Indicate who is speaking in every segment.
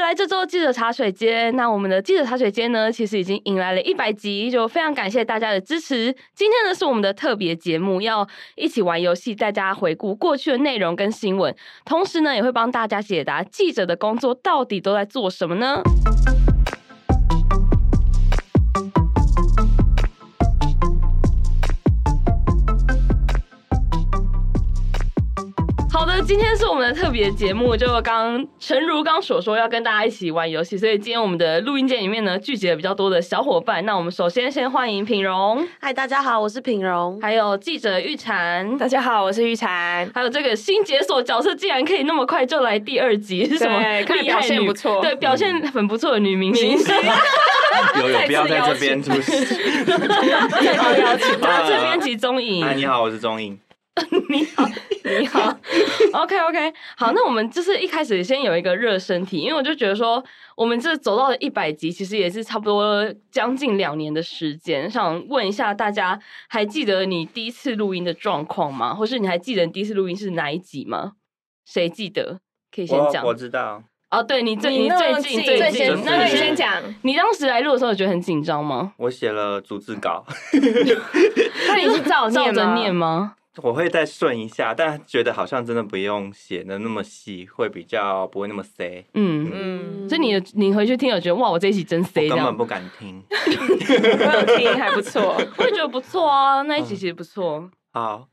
Speaker 1: 来这周记者茶水间，那我们的记者茶水间呢，其实已经迎来了一百集，就非常感谢大家的支持。今天呢是我们的特别节目，要一起玩游戏，带大家回顾过去的内容跟新闻，同时呢也会帮大家解答记者的工作到底都在做什么呢？好的，今天是我们的特别节目，就刚诚如刚所说，要跟大家一起玩游戏，所以今天我们的录音间里面呢，聚集了比较多的小伙伴。那我们首先先欢迎品荣，
Speaker 2: 嗨，大家好，我是品荣。
Speaker 1: 还有记者玉婵，
Speaker 3: 大家好，我是玉婵。
Speaker 1: 还有这个新解锁角色，竟然可以那么快就来第二集，是什么
Speaker 3: 对看来
Speaker 1: 厉害
Speaker 3: 表现
Speaker 1: 女
Speaker 3: 不错
Speaker 1: 对，表现
Speaker 4: 嗯
Speaker 1: 很不错的女明星。
Speaker 4: 有有，不要在
Speaker 3: 再次邀
Speaker 4: 这边出事。
Speaker 1: 她是编辑综艺。
Speaker 4: 啊，你好，我是钟英。
Speaker 1: 你好 ，OK OK，好，那我们就是一开始先有一个热身题，因为我就觉得说，我们这走到了一百集，其实也是差不多将近两年的时间，想问一下大家，还记得你第一次录音的状况吗？或是你还记得你第一次录音是哪一集吗？谁记得？可以先
Speaker 4: 我
Speaker 1: 讲
Speaker 4: 我知道，
Speaker 1: 哦，对你最
Speaker 3: 你那
Speaker 1: 最
Speaker 3: 么
Speaker 1: 近
Speaker 3: 近
Speaker 1: 最
Speaker 3: 最
Speaker 1: 近
Speaker 4: 先，
Speaker 1: 那
Speaker 3: 那
Speaker 1: 你
Speaker 3: 你
Speaker 4: 最
Speaker 1: 先
Speaker 3: 先
Speaker 1: 讲，
Speaker 3: 讲，
Speaker 1: 你当时来录的时候，觉得很紧张吗？
Speaker 4: 我写了逐字稿，
Speaker 3: 那你是 照
Speaker 1: 照
Speaker 3: 念
Speaker 1: 着
Speaker 3: 吗？
Speaker 1: 念吗？
Speaker 4: 我会再顺一下，但觉得好像真的不用写的那么细，会比较不会那么塞。
Speaker 1: 嗯，
Speaker 3: 嗯，
Speaker 1: 所以你你回去听，有觉得哇，我这一集真
Speaker 4: 我
Speaker 1: C
Speaker 4: 根
Speaker 1: 这样
Speaker 4: 本不敢听。
Speaker 3: 我有听，还不 错。
Speaker 1: 我也觉得不错啊，那一
Speaker 4: 嗯
Speaker 1: 集其实不错，
Speaker 4: 好，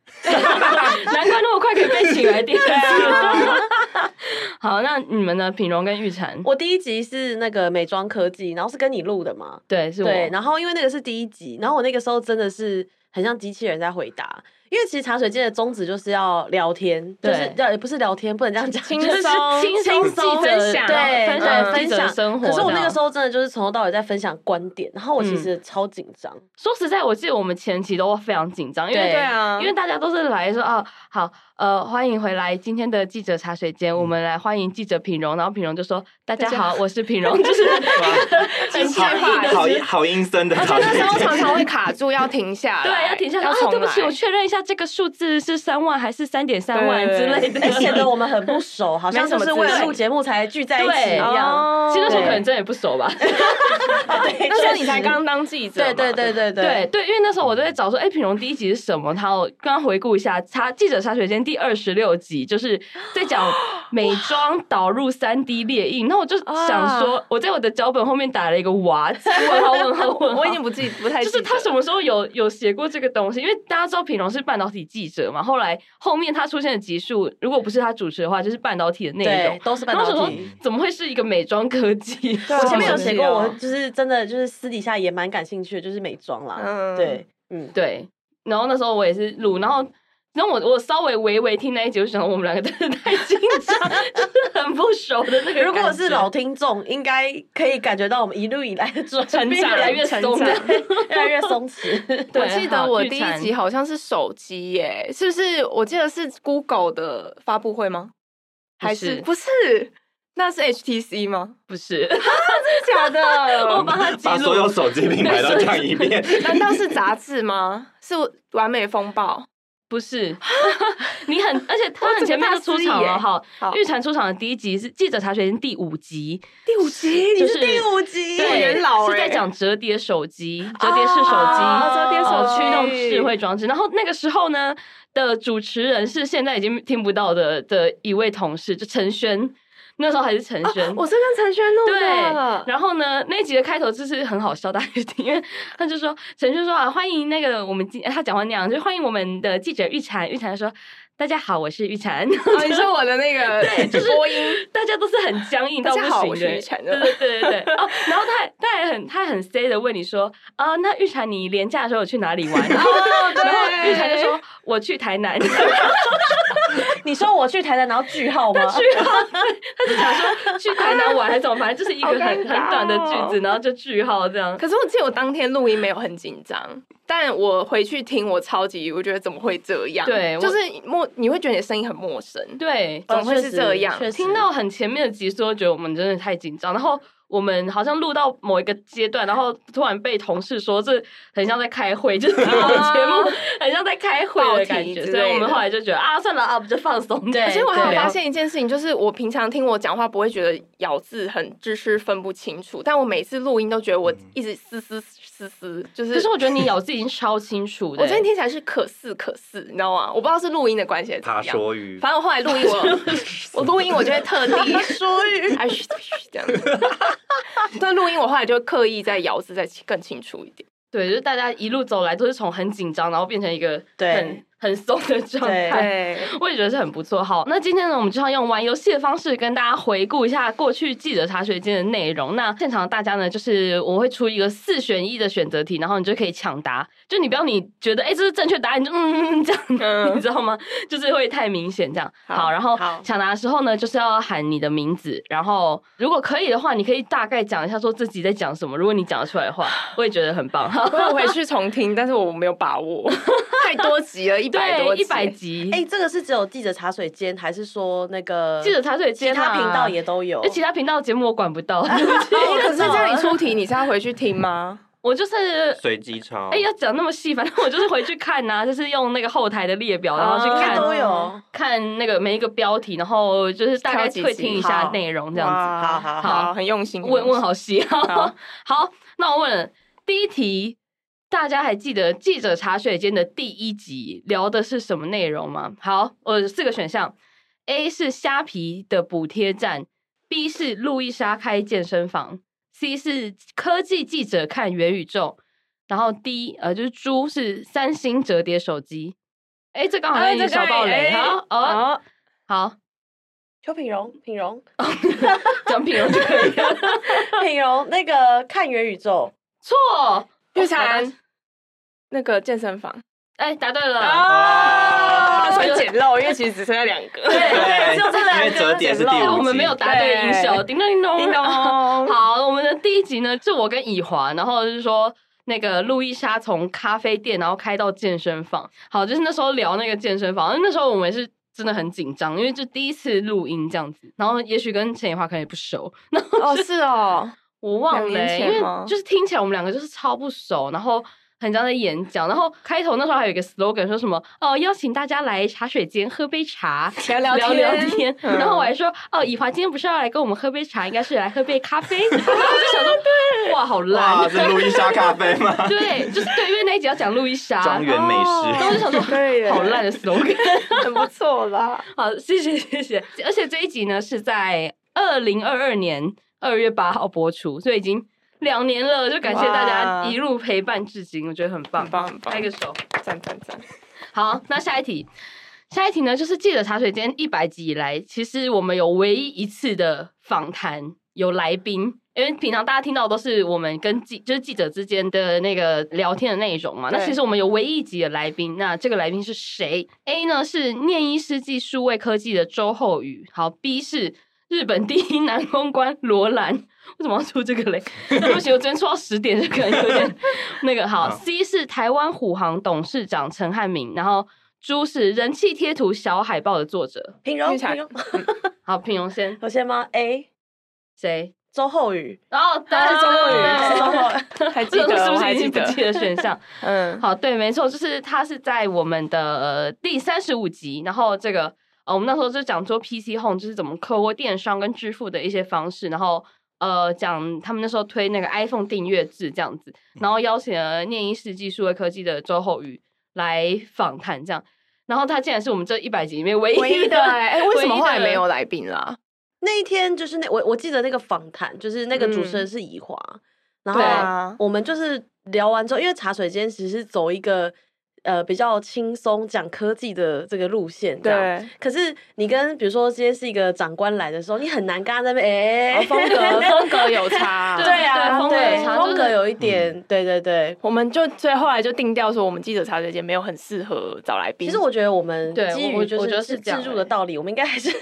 Speaker 1: 难怪那么快可以被请来第二
Speaker 3: 啊
Speaker 1: 次。 好，那你们呢？品荣跟玉婵，
Speaker 2: 我第一集是那个美妆科技，然后是跟你录的嘛？
Speaker 1: 对，是我，
Speaker 2: 对，然后因为那个是第一集，然后我那个时候真的是很像机器人在回答，因为其实茶水间的宗旨就是要聊天，就
Speaker 1: 对
Speaker 2: 是要也不是聊天，不能这样讲，
Speaker 3: 轻
Speaker 2: 就是
Speaker 3: 松
Speaker 1: 轻松
Speaker 2: 轻松
Speaker 1: 记者
Speaker 3: 分享
Speaker 2: 对
Speaker 1: 分享
Speaker 2: 嗯
Speaker 1: 分
Speaker 2: 分
Speaker 1: 享
Speaker 2: 享
Speaker 1: 生活。嗯
Speaker 2: 可是我那个时，候真的就是从头到尾在分享观点，然后我其实超紧张，
Speaker 1: 说实在，我记得我们前期都非常紧张，因为
Speaker 2: 对
Speaker 3: 对啊，
Speaker 1: 因为大家都是来说哦，好，呃，欢迎回来今天的记者茶水间，我们来欢迎记者品荣，然后品荣就说：“嗯大家
Speaker 3: 大家
Speaker 1: 好，我是品荣。”就是很
Speaker 3: 机械化
Speaker 4: 好好好阴森的
Speaker 3: 而且
Speaker 4: 好
Speaker 3: 那时候常常会卡住，要停下 来，
Speaker 1: 对，要停下来。
Speaker 3: 要
Speaker 1: 啊，
Speaker 3: 重
Speaker 1: 对不起，
Speaker 3: 来
Speaker 1: 我确认一下，这个数字是三万还是三点三万
Speaker 3: 对
Speaker 1: 之类的。
Speaker 2: 哎显得我们很不熟，好像
Speaker 3: 没什
Speaker 2: 就
Speaker 3: 么
Speaker 2: 是为
Speaker 3: 资
Speaker 2: 了
Speaker 3: 讯
Speaker 2: 录节目才聚在一起
Speaker 1: 对
Speaker 2: 一样。
Speaker 3: 哦
Speaker 1: 其实那时候可能
Speaker 2: 对
Speaker 1: 真的也不熟吧。
Speaker 2: 对
Speaker 3: 那时候
Speaker 2: 确
Speaker 3: 你才
Speaker 2: 实
Speaker 3: 刚当记者嘛，
Speaker 2: 对对对 对
Speaker 1: 对对，因为那时候我都在找说，哎，品荣第一集是什么？他我刚刚回顾一下，查记者茶水间第二十六集，就是在 讲美妆导入三 D 列印。那我就想说，我在我的脚本后面打了一个娃，问号问 号问号。
Speaker 3: 我已经不记不太
Speaker 1: 就
Speaker 3: 记得
Speaker 1: 是他什么时候有有写过这个东西？因为大家知道品荣是半导体记者嘛，后来后面他出现的集数，如果不是他主持的话，就是半导体的内容
Speaker 2: 对，。都是半
Speaker 1: 然后我
Speaker 2: 导
Speaker 1: 想
Speaker 2: 体
Speaker 1: 说。，怎么会是一个美妆科技？
Speaker 3: 啊
Speaker 2: 我前面有
Speaker 3: 是
Speaker 2: 写过，
Speaker 3: 哦
Speaker 2: 我就是真的就是私底下也蛮感兴趣的，就是美妆啦。
Speaker 3: 嗯
Speaker 2: 对，嗯，
Speaker 1: 对，然后那时候我也是录，然后。然后我我稍微微微听那一集，我就想我们两个真的太紧 张，就是很不熟的那个感觉。
Speaker 2: 如果是老听众，应该可以感觉到我们一路以来的转
Speaker 3: 成
Speaker 2: 变
Speaker 3: 长
Speaker 1: 越来越
Speaker 3: 成
Speaker 1: 松
Speaker 3: 长
Speaker 1: 了，
Speaker 2: 越来越松弛。
Speaker 1: 对
Speaker 3: 我记得
Speaker 1: 好
Speaker 3: 我
Speaker 1: 玉
Speaker 3: 第
Speaker 1: 蝉
Speaker 3: 一集好像是手机耶，是不是？我记得是 Google 的发布会吗？
Speaker 1: 不
Speaker 3: 还
Speaker 1: 是
Speaker 3: 是不是？那是 HTC 吗？
Speaker 1: 不是，
Speaker 3: 真 的假
Speaker 1: 我
Speaker 3: 的？
Speaker 1: 帮他记
Speaker 4: 把所有
Speaker 1: 录。
Speaker 4: 手机品牌都讲一遍。
Speaker 3: 难道是杂志吗？是完美风暴？
Speaker 1: 不是，你很，而且他
Speaker 3: 啊我
Speaker 1: 很前面就出场了
Speaker 3: 整个大失
Speaker 1: 哈。
Speaker 3: 好
Speaker 1: 玉婵出场的第一集是记者查询第五集，
Speaker 3: 第 五集
Speaker 1: 就
Speaker 2: 你
Speaker 1: 是
Speaker 2: 是第五集，
Speaker 3: 我
Speaker 1: 对，
Speaker 3: 元老
Speaker 1: 是在
Speaker 3: 欸
Speaker 1: 讲折叠手机、折叠式手机、
Speaker 3: 哦折叠手
Speaker 1: 哦驱动
Speaker 3: 机
Speaker 1: 智慧装置。然后那个时候呢的主持人是现在已经听不到的的一位同事，就陈轩，那时候还是陈轩。
Speaker 3: 我是跟陈轩录
Speaker 1: 对
Speaker 3: 的，，
Speaker 1: 然后呢，那一集的开头就是很好笑，大家去听， 因为他就说陈轩说啊，欢迎那个我们记，他讲话那样，就欢迎我们的记者玉婵，玉婵说大家好，我是玉婵，
Speaker 3: 哦，你说我的那个
Speaker 1: 就是
Speaker 3: 播音，
Speaker 1: 大家都是很僵硬到不
Speaker 3: 大家好
Speaker 1: 行
Speaker 3: 我
Speaker 1: 的，
Speaker 3: 是玉婵
Speaker 1: 对对对对对。哦，然后他还他还很他还很 say 的问你说，啊、那玉婵你廉价的时候有去哪里玩？ 然后
Speaker 3: 哦对
Speaker 1: 玉婵就说我去台南，
Speaker 2: 你说我去台南，然后句号吗？
Speaker 1: 去台南玩还是怎么，反正就是一个
Speaker 3: 好
Speaker 1: 很
Speaker 3: 尴
Speaker 1: 很
Speaker 3: 尬哦
Speaker 1: 短的句子，然后就句号这样。
Speaker 3: 可是我记得我当天录音没有很紧张，但我回去听，我超级，我觉得怎么会这样？
Speaker 1: 对我
Speaker 3: 就是陌，你会觉得你的声音很陌生，
Speaker 1: 对，
Speaker 3: 怎么会是这样
Speaker 2: 确实
Speaker 1: 听到很前面的集数，都觉得我们真的太紧张，然后。我们好像录到某一个阶段，然后突然被同事说这很像在开会，就是我们节目很像在开会的感觉，
Speaker 3: 啊报题之类的
Speaker 1: 所以我们后来就觉得啊，算了啊，我们就放松。
Speaker 2: 对
Speaker 3: 而且我还
Speaker 2: 对
Speaker 3: 有发现一件事情，就是我平常听我讲话不会觉得咬字很知识分不清楚，但我每次录音都觉得
Speaker 1: 嗯
Speaker 3: 我一直嘶嘶嘶嘶，就是
Speaker 1: 可是我觉得你咬字已经超清楚的、欸
Speaker 3: 我最近听起来是可似可似，你知道吗？我不知道是录音的关系还是怎
Speaker 4: 爬
Speaker 3: 么样。
Speaker 4: 说语，
Speaker 3: 反正我后来录音我， 我录音我就会特地 说语，哎嘘嘘这样子。 但录音我后来就刻意在咬字再更清楚一点。
Speaker 1: 对，就是大家一路走来都是从很紧张，然后变成一个
Speaker 2: 对
Speaker 1: 很很松的状态。
Speaker 3: 对，
Speaker 1: 我也觉得是很不错。好，那今天呢，我们就要用玩游戏的方式跟大家回顾一下过去记者茶水间的内容。那现场大家呢，就是我会出一个四选一的选择题，然后你就可以抢答。就你不要你觉得哎、诶这是正确答案，你就嗯嗯嗯这样，
Speaker 3: 嗯
Speaker 1: 你知道吗？就是会太明显这样。
Speaker 3: 好
Speaker 1: 好，然后
Speaker 3: 好
Speaker 1: 抢答的时候呢，就是要喊你的名字，然后如果可以的话，你可以大概讲一下说自己在讲什么。如果你讲得出来的话，我也觉得很棒。
Speaker 3: 我有回去重听，但是我没有把握， 太多集了，一百多
Speaker 1: 对，
Speaker 3: 集，
Speaker 1: 一百集。
Speaker 2: 哎、这个是只有记者茶水间，还是说那个
Speaker 1: 记者茶水
Speaker 2: 其
Speaker 1: 间啊
Speaker 2: 他频道也都有
Speaker 1: 因为？其他频道的节目我管不 到，
Speaker 3: 哦。可是这里出题，你是要回去听吗？
Speaker 1: 我就是。
Speaker 4: 随机抄。
Speaker 1: 哎、要讲那么细，反正我就是回去看呐、 就是用那个后台的列表，然后去
Speaker 3: 哦
Speaker 2: 应
Speaker 1: 看、
Speaker 2: 该都有。好
Speaker 1: 看那个每一个标题，然后就是大概
Speaker 3: 挑几集
Speaker 1: 会听一下
Speaker 2: 好
Speaker 1: 内容这样
Speaker 2: 好
Speaker 1: 好
Speaker 2: 好
Speaker 3: 好，很用心。
Speaker 1: 子。问问好细啊
Speaker 3: 好！
Speaker 1: 好，那我问了第一题，大家还记得记者茶水间的第一集聊的是什么内容吗？好，我有四个选项：A 是虾皮的补贴站，B 是路易莎开健身房，C 是科技记者看元宇宙，然后 D 呃就是猪是三星折叠手机。哎，这刚好像
Speaker 3: 哎
Speaker 1: 有点小爆雷，
Speaker 3: 这个哎
Speaker 1: 好哦，
Speaker 3: 好，
Speaker 1: 好，
Speaker 2: 邱品荣，品荣，
Speaker 1: 讲品容就可以了。
Speaker 2: 品荣，那个看元宇宙，
Speaker 1: 错，
Speaker 3: 玉婵那个健身房
Speaker 1: 哎，答对了。
Speaker 3: 啊所以简陋，因为其实只剩下两个。
Speaker 4: 对，
Speaker 2: 对就这两个
Speaker 4: 因为折叠是第
Speaker 1: 但
Speaker 4: 五
Speaker 1: 哎我们
Speaker 4: 集
Speaker 1: 没有答对音效，
Speaker 3: 对
Speaker 1: 叮咚叮咚
Speaker 3: 叮咚
Speaker 1: 好，我们的第一集呢，是我跟以华，然后就是说。那个路易莎从咖啡店，然后开到健身房。好，就是那时候聊那个健身房，那时候我们是真的很紧张，因为就第一次录音这样子，然后也许跟陈以华可能也不熟，
Speaker 3: 哦，是哦，
Speaker 1: 我忘了、
Speaker 3: 两年
Speaker 1: 欸，因
Speaker 3: 前
Speaker 1: 为
Speaker 3: 吗
Speaker 1: 就是听起来我们两个就是超不熟，然后很像在演讲，然后开头那时候还有一个 slogan 说什么哦，邀请大家来茶水间喝杯茶，
Speaker 3: 聊聊
Speaker 1: 聊
Speaker 3: 天
Speaker 1: 聊天，
Speaker 3: 嗯
Speaker 1: 然后我还说哦，以华今天不是要来跟我们喝杯茶，应该是来喝杯咖啡， 然后我就想说哇，好
Speaker 4: 哇，
Speaker 1: 烂，
Speaker 4: 是路易莎咖啡吗？
Speaker 1: 对，就是对，因为那一集要讲路易莎，
Speaker 4: 庄
Speaker 3: 哦
Speaker 4: 园美
Speaker 1: 然后我
Speaker 4: 食，
Speaker 1: 就想说
Speaker 3: 对耶
Speaker 1: 好烂的 slogan。
Speaker 3: 很不错啦。
Speaker 1: 好，谢谢谢谢。而且这一集呢是在二零二二年二月八号播出，所以已经两年了，就感谢大家
Speaker 3: 哇
Speaker 1: 一路陪伴至今，我觉得很棒，
Speaker 3: 很棒很棒
Speaker 1: 拍个手。
Speaker 3: 赞赞赞！
Speaker 1: 好，那下一题，下一题呢就是记者茶水间一百集以来，其实我们有唯一一次的访谈有来宾。因为平常大家听到都是我们跟记就是记者之间的那个聊天的内容嘛，那
Speaker 3: 对
Speaker 1: 其实我们有唯一一集的来宾，那这个来宾是谁？A 呢是念一世纪数位科技的周厚宇，好，B 是日本第一男公关罗兰， 为什么要出这个嘞？ 对不起，我昨天出到十点，就可能有点那个好。
Speaker 3: 嗯
Speaker 4: 好
Speaker 1: C 是台湾虎航董事长陈汉明，然后朱是人气贴图小海报的作者。
Speaker 2: 品荣，
Speaker 3: 玉婵
Speaker 2: 品荣，
Speaker 1: 好，平荣先
Speaker 2: 我先吗？A，
Speaker 1: 谁？
Speaker 2: 周厚宇，
Speaker 1: 然 后当然是周
Speaker 3: 啊
Speaker 1: 冬雨。
Speaker 3: 还记
Speaker 1: 这个
Speaker 3: 得，
Speaker 1: 是
Speaker 3: 我
Speaker 1: 不是
Speaker 3: 还
Speaker 1: 已
Speaker 3: 记
Speaker 1: 经不
Speaker 3: 得。
Speaker 1: 记得选项？
Speaker 3: 嗯，
Speaker 1: 好，对，没错，就是他是在我们的、呃、第三十五集，然后这个呃，我们那时候就讲说 PC Home 就是怎么克握电商跟支付的一些方式，然后呃，讲他们那时候推那个 iPhone 订阅制这样子，然后邀请了念一世纪数位科技的周厚宇来访谈这样，然后他竟然是我们这一百集里面唯
Speaker 3: 唯一的哎，哎为什么
Speaker 1: 唯一的
Speaker 3: 后来没有来宾啦？
Speaker 2: 那一天就是那我我记得那个访谈，就是那个主持人是怡华，然
Speaker 1: 对
Speaker 2: 后
Speaker 3: 啊，
Speaker 2: 我们就是聊完之后，因为茶水间其实是走一个呃比较轻松讲科技的这个路线，这样。
Speaker 3: 对，
Speaker 2: 可是你跟比如说今天是一个长官来的时候，你很难跟他在那边哎、
Speaker 3: 然后风 格风格有差。
Speaker 1: 对
Speaker 2: 对啊，
Speaker 1: 风格有
Speaker 2: 对
Speaker 1: 差
Speaker 2: 风
Speaker 1: 就
Speaker 2: 格
Speaker 1: 是
Speaker 2: 有一点，
Speaker 3: 嗯
Speaker 2: 对对对。
Speaker 3: 我们就所以后来就定调说，我们记者茶水间没有很适合找来宾。
Speaker 2: 其实我觉得我们
Speaker 1: 对
Speaker 2: 基
Speaker 1: 我我
Speaker 2: 于就
Speaker 1: 我觉得是
Speaker 2: 是
Speaker 1: 这样
Speaker 2: 自助
Speaker 1: 欸
Speaker 2: 的道理，我们应该还是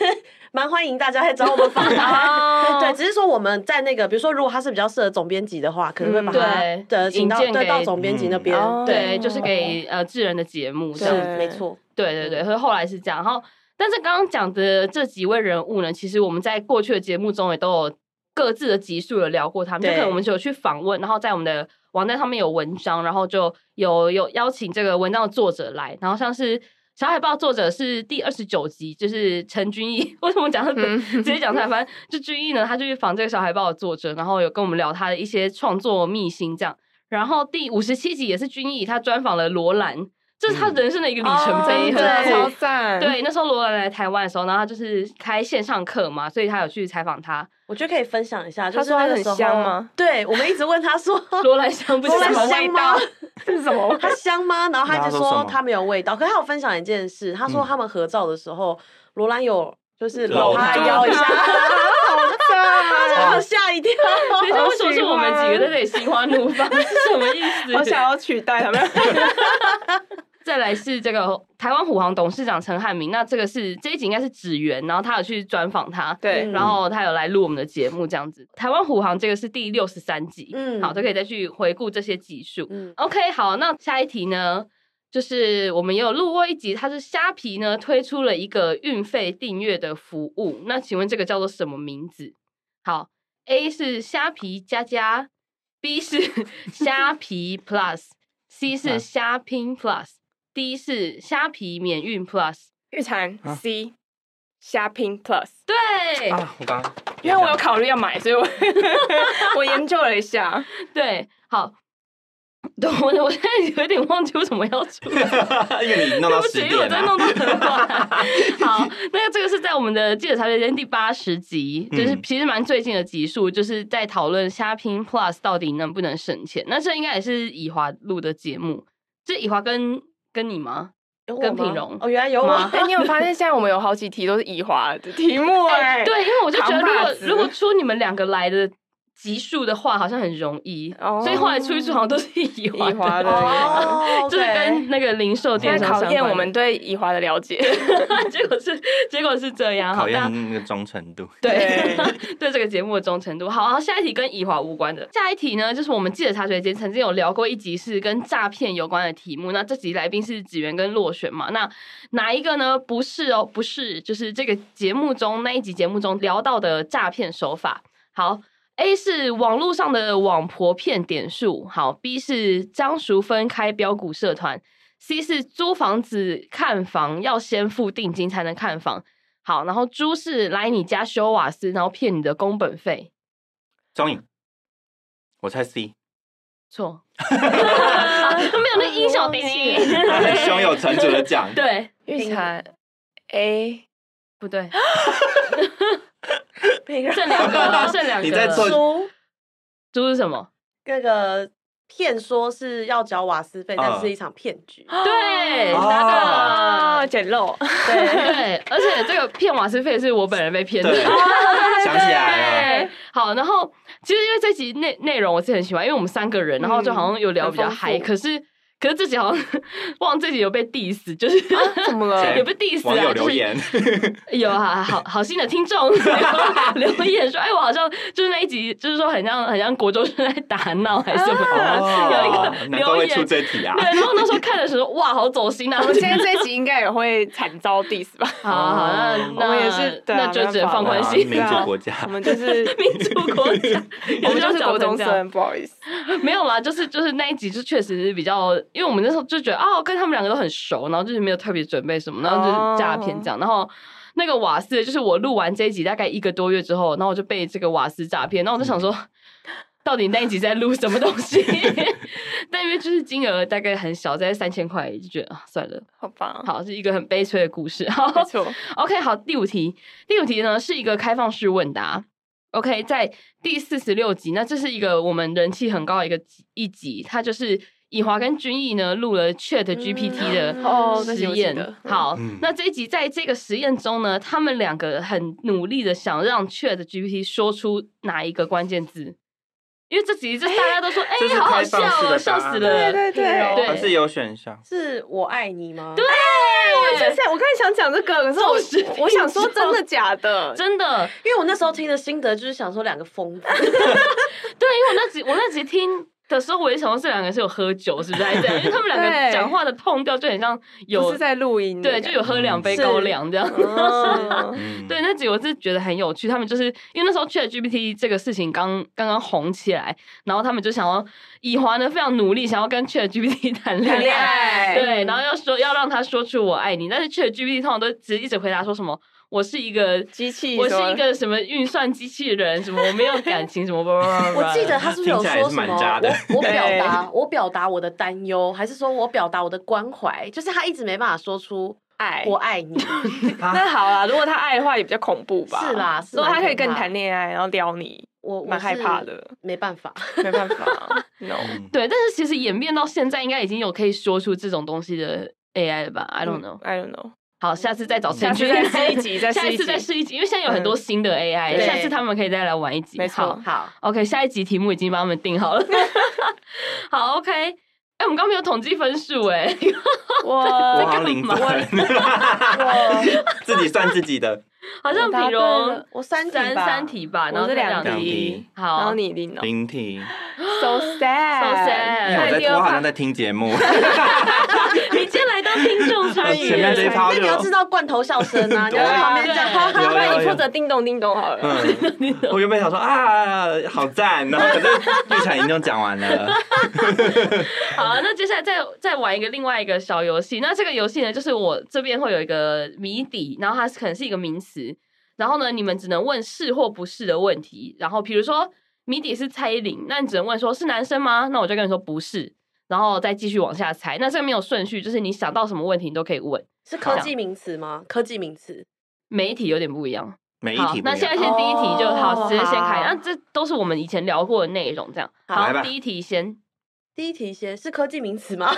Speaker 2: 蛮欢迎大家来找我们访谈。
Speaker 3: 啊
Speaker 2: 对，只是说我们在那个，比如说，如果他是比较适合总编辑的话，可能会把
Speaker 3: 嗯
Speaker 2: 他
Speaker 1: 对
Speaker 2: 的请到
Speaker 1: 引荐
Speaker 2: 对
Speaker 1: 给哦
Speaker 2: 到总编辑那边
Speaker 3: 嗯。
Speaker 1: 对，
Speaker 2: 对，
Speaker 1: 就是给呃智人的节目这
Speaker 2: 是
Speaker 1: 样子
Speaker 3: 对
Speaker 2: 没错。
Speaker 1: 对对对，所以后来是这样。然后，但是刚刚讲的这几位人物呢，其实我们在过去的节目中也都有各自的集数有聊过他们，就
Speaker 2: 对
Speaker 1: 可能我们就有去访问，然后在我们的网站上面有文章，然后就有有邀请这个文章的作者来，然后像是小海报作者是第二十九集，就是陈君毅， 为什么讲他？直
Speaker 3: 嗯，
Speaker 1: 接讲出来，反正就君毅呢，他就去访这个小海报的作者，然后有跟我们聊他的一些创作秘辛这样。然后第五十七集也是君毅，他专访了罗兰，这是他
Speaker 4: 嗯
Speaker 1: 人生的一个里程碑，很
Speaker 2: 哦
Speaker 1: 酷
Speaker 2: 对
Speaker 3: 超 赞，，
Speaker 1: 对，那时候罗兰来台湾的时候，然后他就是开线上课嘛，所以他有去采访他。
Speaker 2: 我觉得可以分享一下，就
Speaker 3: 他
Speaker 2: 是
Speaker 3: 说
Speaker 2: 那
Speaker 3: 他
Speaker 2: 个
Speaker 3: 很
Speaker 2: 时候
Speaker 3: 香吗？
Speaker 2: 对，我们一直问他说
Speaker 1: 罗兰香不是
Speaker 2: 罗兰
Speaker 1: 什么
Speaker 2: 香
Speaker 1: 味
Speaker 2: 吗
Speaker 1: 道？
Speaker 3: 这 是什么？
Speaker 2: 它香吗？然后他
Speaker 4: 那他
Speaker 2: 就
Speaker 4: 说什
Speaker 2: 说
Speaker 4: 么
Speaker 2: 他没有味道。可他有分享一件事，他说
Speaker 4: 嗯
Speaker 2: 他们合照的时候，罗兰有就是
Speaker 4: 搂
Speaker 2: 搂他
Speaker 4: 住
Speaker 2: 腰一下，
Speaker 3: 好
Speaker 2: 让我吓一跳。
Speaker 1: 等一下为什么是我们几个在这里心花怒放？ 是什么意
Speaker 3: 赞，好
Speaker 1: 思？
Speaker 3: 想要取代他们。
Speaker 1: 再来是这个台湾虎航董事长陈汉明，那这个是这一集应该是指源，然后他有去专访他，
Speaker 3: 对，
Speaker 1: 然后他有来录我们的节目，这样子。台湾虎航这个是第六十三集，
Speaker 2: 嗯
Speaker 1: 好，都可以再去回顾这些集数。
Speaker 2: 嗯，
Speaker 1: OK，好，那下一题呢？就是我们也有录过一集，它是虾皮呢推出了一个运费订阅的服务，那请问这个叫做什么名字？好，A 是虾皮加加，B 是虾皮 Plus，C 是
Speaker 4: 啊
Speaker 1: 虾拼 Plus，D 是虾皮免运 Plus。
Speaker 3: 玉蝉
Speaker 4: 啊
Speaker 3: C 虾拼 Plus，
Speaker 1: 对、
Speaker 4: 啊，我刚刚
Speaker 3: 因为我有考虑要买，所以我 我研究了一 下，
Speaker 1: 对，好， 我我现在有点忘记为什么要出来。
Speaker 4: 因为你
Speaker 1: 对
Speaker 4: 弄到
Speaker 1: 不起，
Speaker 4: 十
Speaker 1: 因为我
Speaker 4: 点啊
Speaker 1: 在
Speaker 4: 了
Speaker 1: 弄，到很晚。 好，那这个是在我们的《记者茶水间》第八十集，就是
Speaker 4: 嗯
Speaker 1: 其实蛮最近的集数，就是在讨论虾拼 Plus 到底能不能省钱。那这应该也是以华录的节目，是以华跟跟你吗？
Speaker 2: 有我
Speaker 1: 跟
Speaker 2: 吗
Speaker 1: 品蓉
Speaker 2: 哦，原来有
Speaker 1: 吗
Speaker 2: 我。
Speaker 3: 哎、你有发现现在我们有好几题都是移华的题目哎、
Speaker 1: 对，因为我就觉得，
Speaker 3: 扛
Speaker 1: 如
Speaker 3: 把
Speaker 1: 果
Speaker 3: 子
Speaker 1: 如果出你们两个来的集数的话，好像很容易，
Speaker 3: 哦
Speaker 1: 所以后来出一出好像都是以华
Speaker 3: 移华
Speaker 1: 的。
Speaker 3: 的耶，
Speaker 2: 哦，
Speaker 1: 就是
Speaker 2: OK
Speaker 1: 跟那个零售
Speaker 3: 现
Speaker 1: 电
Speaker 3: 在
Speaker 1: 商
Speaker 3: 考
Speaker 1: 相
Speaker 3: 验
Speaker 1: 关
Speaker 3: 我们对移华的了解。
Speaker 1: 的， 结果是结果是这样，好
Speaker 4: 考
Speaker 1: 大家
Speaker 4: 验那个忠诚度。
Speaker 1: 对 对这个节目的忠诚度。好，然后下一题跟以华无关的，下一题呢，就是我们记者茶水间曾经有聊过一集是跟诈骗有关的题目。那这集来宾是子源跟落选嘛？那哪一个呢？不是哦，不是，就是这个节目中那一集节目中聊到的诈骗手法。好。A 是网络上的网婆骗点数，好；B 是张淑芬开标股社团；C 是租房子看房要先付定金才能看房，好，然后猪是来你家修瓦斯，然后骗你的工本费。
Speaker 4: 终于，我 猜 C，
Speaker 1: 错， 啊没有那个音效叮叮。，
Speaker 4: 他很胸有成竹的讲
Speaker 1: 对，
Speaker 3: 玉 蝉 A
Speaker 1: 不对，
Speaker 2: 品蓉
Speaker 1: 剩两 个了，剩两个了。
Speaker 4: 你在做
Speaker 2: 书
Speaker 1: 猪是什么？
Speaker 2: 那个骗说是要缴瓦斯费，但
Speaker 4: 嗯
Speaker 2: 是一场骗局。
Speaker 1: 对，
Speaker 4: 哦
Speaker 1: 答
Speaker 3: 啊
Speaker 1: 对。
Speaker 3: 简 陋，
Speaker 2: 对，
Speaker 1: 对，而且这个骗瓦斯费是我本人被骗的。
Speaker 4: 对，想起来了，
Speaker 1: 对，好，然后其实因为这集内内容我是很喜欢，因为我们三个人，然后就好像有聊比较
Speaker 3: 嗯很丰富
Speaker 1: 嗨、可是可是这集好像 忘了这集有被 diss，就是、
Speaker 3: 怎么了？
Speaker 4: 谁
Speaker 1: 有被 diss
Speaker 4: 啊网
Speaker 1: 啊，
Speaker 4: 友
Speaker 1: 就
Speaker 4: 留
Speaker 1: 是
Speaker 4: 言，
Speaker 1: 有啊，好好心的听 众留言说，哎，我好像就是那一集，就是说很像很像国中生在打闹还是什么
Speaker 3: 啊
Speaker 1: 啊的，有一
Speaker 4: 哦
Speaker 1: 个，
Speaker 4: 难怪
Speaker 1: 留
Speaker 4: 会
Speaker 1: 言
Speaker 4: 出。这题啊
Speaker 1: 对，，然后那时候看的时候，哇，好走心啊！
Speaker 3: 我
Speaker 1: 我
Speaker 3: 们
Speaker 1: 觉
Speaker 3: 今
Speaker 1: 得
Speaker 3: 天这一集应该也会惨遭 diss 吧？
Speaker 1: 好好，那那
Speaker 3: 我们也是对啊
Speaker 1: 那就只能放
Speaker 3: 没
Speaker 1: 宽
Speaker 3: 办
Speaker 4: 哇
Speaker 3: 法
Speaker 1: 心。
Speaker 4: 民主国家
Speaker 3: 我，们 就是
Speaker 1: 民主国家，
Speaker 3: 我们就
Speaker 1: 有
Speaker 3: 是国
Speaker 1: 时候讲成
Speaker 3: 中
Speaker 1: 这样，
Speaker 3: 生，不好意思。
Speaker 1: 没有啦，就是就是那一集就确实是比较，因为我们那时候就觉得哦，跟他们两个都很熟，然后就是没有特别准备什么，然后就是诈骗这样，然后。那个瓦斯就是我录完这一集大概一个多月之后，然后我就被这个瓦斯诈骗，然后我就想说， 到底那一集在录什么东西？ 但因为就是金额大概很小，大概三千块，就觉得啊算了，
Speaker 3: 好吧，
Speaker 1: 好是一个很悲催的故事。
Speaker 3: 没错，
Speaker 1: OK，好，第五题，第五题呢是一个开放式问答。OK，在第四十六集，那这是一个我们人气很高的一个集一集，它就是以华跟君毅呢录了 Chat GPT 的
Speaker 2: 嗯
Speaker 3: 哦这
Speaker 1: 实
Speaker 3: 集我记
Speaker 1: 验。
Speaker 3: 得嗯
Speaker 1: 好，
Speaker 4: 嗯
Speaker 1: 那这一集在这个实验中呢，他们两个很努力的想让 Chat GPT 说出哪一个关键字，因为这集就大家都说，哎、
Speaker 4: 这是
Speaker 1: 好好
Speaker 4: 开
Speaker 1: 笑
Speaker 4: 放式
Speaker 1: 哦，
Speaker 4: 的
Speaker 1: 笑
Speaker 4: 答
Speaker 1: 死
Speaker 4: 案
Speaker 1: 了。
Speaker 2: 对
Speaker 1: 对
Speaker 4: 还是有选项，
Speaker 2: 是我爱你吗？
Speaker 1: 对，
Speaker 3: 之前我刚才想讲这个，可
Speaker 1: 忠实
Speaker 3: 是我我想说
Speaker 1: 听众
Speaker 3: 真的假的？
Speaker 1: 真的，
Speaker 2: 因为我那时候听的心得就是想说两个疯子，
Speaker 1: 对，因为我那集我那集听的时候，我也想到这两个人是有喝酒，是不是？还是怎样因为他们两个
Speaker 3: 对
Speaker 1: 讲话的痛调就很像
Speaker 3: 不
Speaker 1: 有
Speaker 3: 是在录音的
Speaker 1: 对，
Speaker 3: 感觉，
Speaker 1: 就有喝两杯
Speaker 2: 是
Speaker 1: 高粱这样。
Speaker 2: 嗯
Speaker 4: 嗯
Speaker 1: 对，那集我是觉得很有趣，他们就是因为那时候 Chat GPT 这个事情刚刚刚红起来，然后他们就想要以华呢非常努力，想要跟 Chat GPT 谈恋
Speaker 3: 谈恋
Speaker 1: 爱，
Speaker 3: 爱，
Speaker 1: 对，然后要说要让他说出我爱你，但是 Chat GPT 通常都只一直回答说什么我是一个
Speaker 3: 机器
Speaker 1: 我是
Speaker 3: 说
Speaker 1: 一个什么运算机器人，什么我没有感情， 什么 blah blah blah blah
Speaker 2: 我记得他是不是有
Speaker 4: 听起来也
Speaker 2: 说
Speaker 4: 是
Speaker 2: 什
Speaker 4: 蛮
Speaker 2: 么？
Speaker 4: 渣的
Speaker 2: 我我表
Speaker 3: 对
Speaker 2: 达我表达我的担忧，还是说我表达我的关怀？就是他一直没办法说出
Speaker 3: 爱
Speaker 2: “我爱你
Speaker 3: 那好啦，如果他爱的话也比较恐怖吧。
Speaker 2: 是啦是
Speaker 3: 如果他
Speaker 2: 蛮
Speaker 3: 可以
Speaker 2: 可
Speaker 3: 跟你
Speaker 2: 怕
Speaker 3: 谈恋爱，然后撩你，”，
Speaker 2: 我
Speaker 3: 蛮害怕，的，
Speaker 2: 我是没办法。
Speaker 3: 没办法，no。
Speaker 4: 嗯
Speaker 1: 对，但是其实演变到现在，应该已经有可以说出这种东西的 AI 了吧？I don't know。
Speaker 3: I don't know。
Speaker 1: 好，下次再找
Speaker 3: 嗯下
Speaker 1: 陈
Speaker 3: 次
Speaker 1: 俊，
Speaker 3: 再试一 集，再
Speaker 1: 下
Speaker 3: 试
Speaker 1: 一
Speaker 3: 一
Speaker 1: 次再
Speaker 3: 集，嗯
Speaker 1: 试一集，因为现在有很多新的 AI，、
Speaker 2: 对
Speaker 1: 下次他们可以再来玩一集。
Speaker 3: 没错
Speaker 1: 好
Speaker 2: 好，
Speaker 1: OK，下一集题目已经帮他们定 好了。好，OK。哎、我们刚没有统计分数哎、
Speaker 4: 我好
Speaker 3: 我
Speaker 4: 像零分， 自己算自 己的，
Speaker 1: 好像比如
Speaker 2: 我三题
Speaker 1: 三
Speaker 2: 吧
Speaker 1: 三，题吧，然后
Speaker 3: 我是
Speaker 1: 再
Speaker 3: 两
Speaker 4: 两
Speaker 3: 题
Speaker 4: 题，
Speaker 1: 好，
Speaker 3: 然后你零哦
Speaker 4: 零题。
Speaker 3: ，so sad，so
Speaker 1: sad 那
Speaker 4: 因为我在我好像在听节 目，
Speaker 1: 你今天来当听众参与，
Speaker 4: 前面这一趴
Speaker 2: 那
Speaker 4: 就
Speaker 2: 你要知道罐头笑声啊，你要在旁边讲，
Speaker 1: 对
Speaker 3: 那
Speaker 4: 有有
Speaker 3: 你
Speaker 4: 有
Speaker 3: 负责叮咚叮咚好了。
Speaker 4: 嗯，我原本想说啊，好赞，然后可是预产已经讲完了，
Speaker 1: 好，那接下来再再玩一个另外一个小游戏。那这个游戏呢，就是我这边会有一个谜底，然后它是可能是一个名词，然后呢，你们只能问是或不是的问题。然后比如说谜底是蔡依林，那你只能问说是男生吗？那我就跟你说不是，然后再继续往下猜。那这个没有顺序，就是你想到什么问题你都可以问。
Speaker 2: 是科技名词吗？科技名词，
Speaker 1: 每一题有点不一样。
Speaker 4: 每一
Speaker 1: 好
Speaker 4: 题，不
Speaker 1: 那
Speaker 4: 一
Speaker 1: 现在
Speaker 4: 样。
Speaker 1: 先第一题就好，
Speaker 3: 哦
Speaker 1: 直接先开。
Speaker 3: 好
Speaker 1: 那这都是我们以前聊过的内容，这样。
Speaker 2: 好
Speaker 4: 来吧
Speaker 1: 第一题先。
Speaker 2: 第一题先是科技名词吗？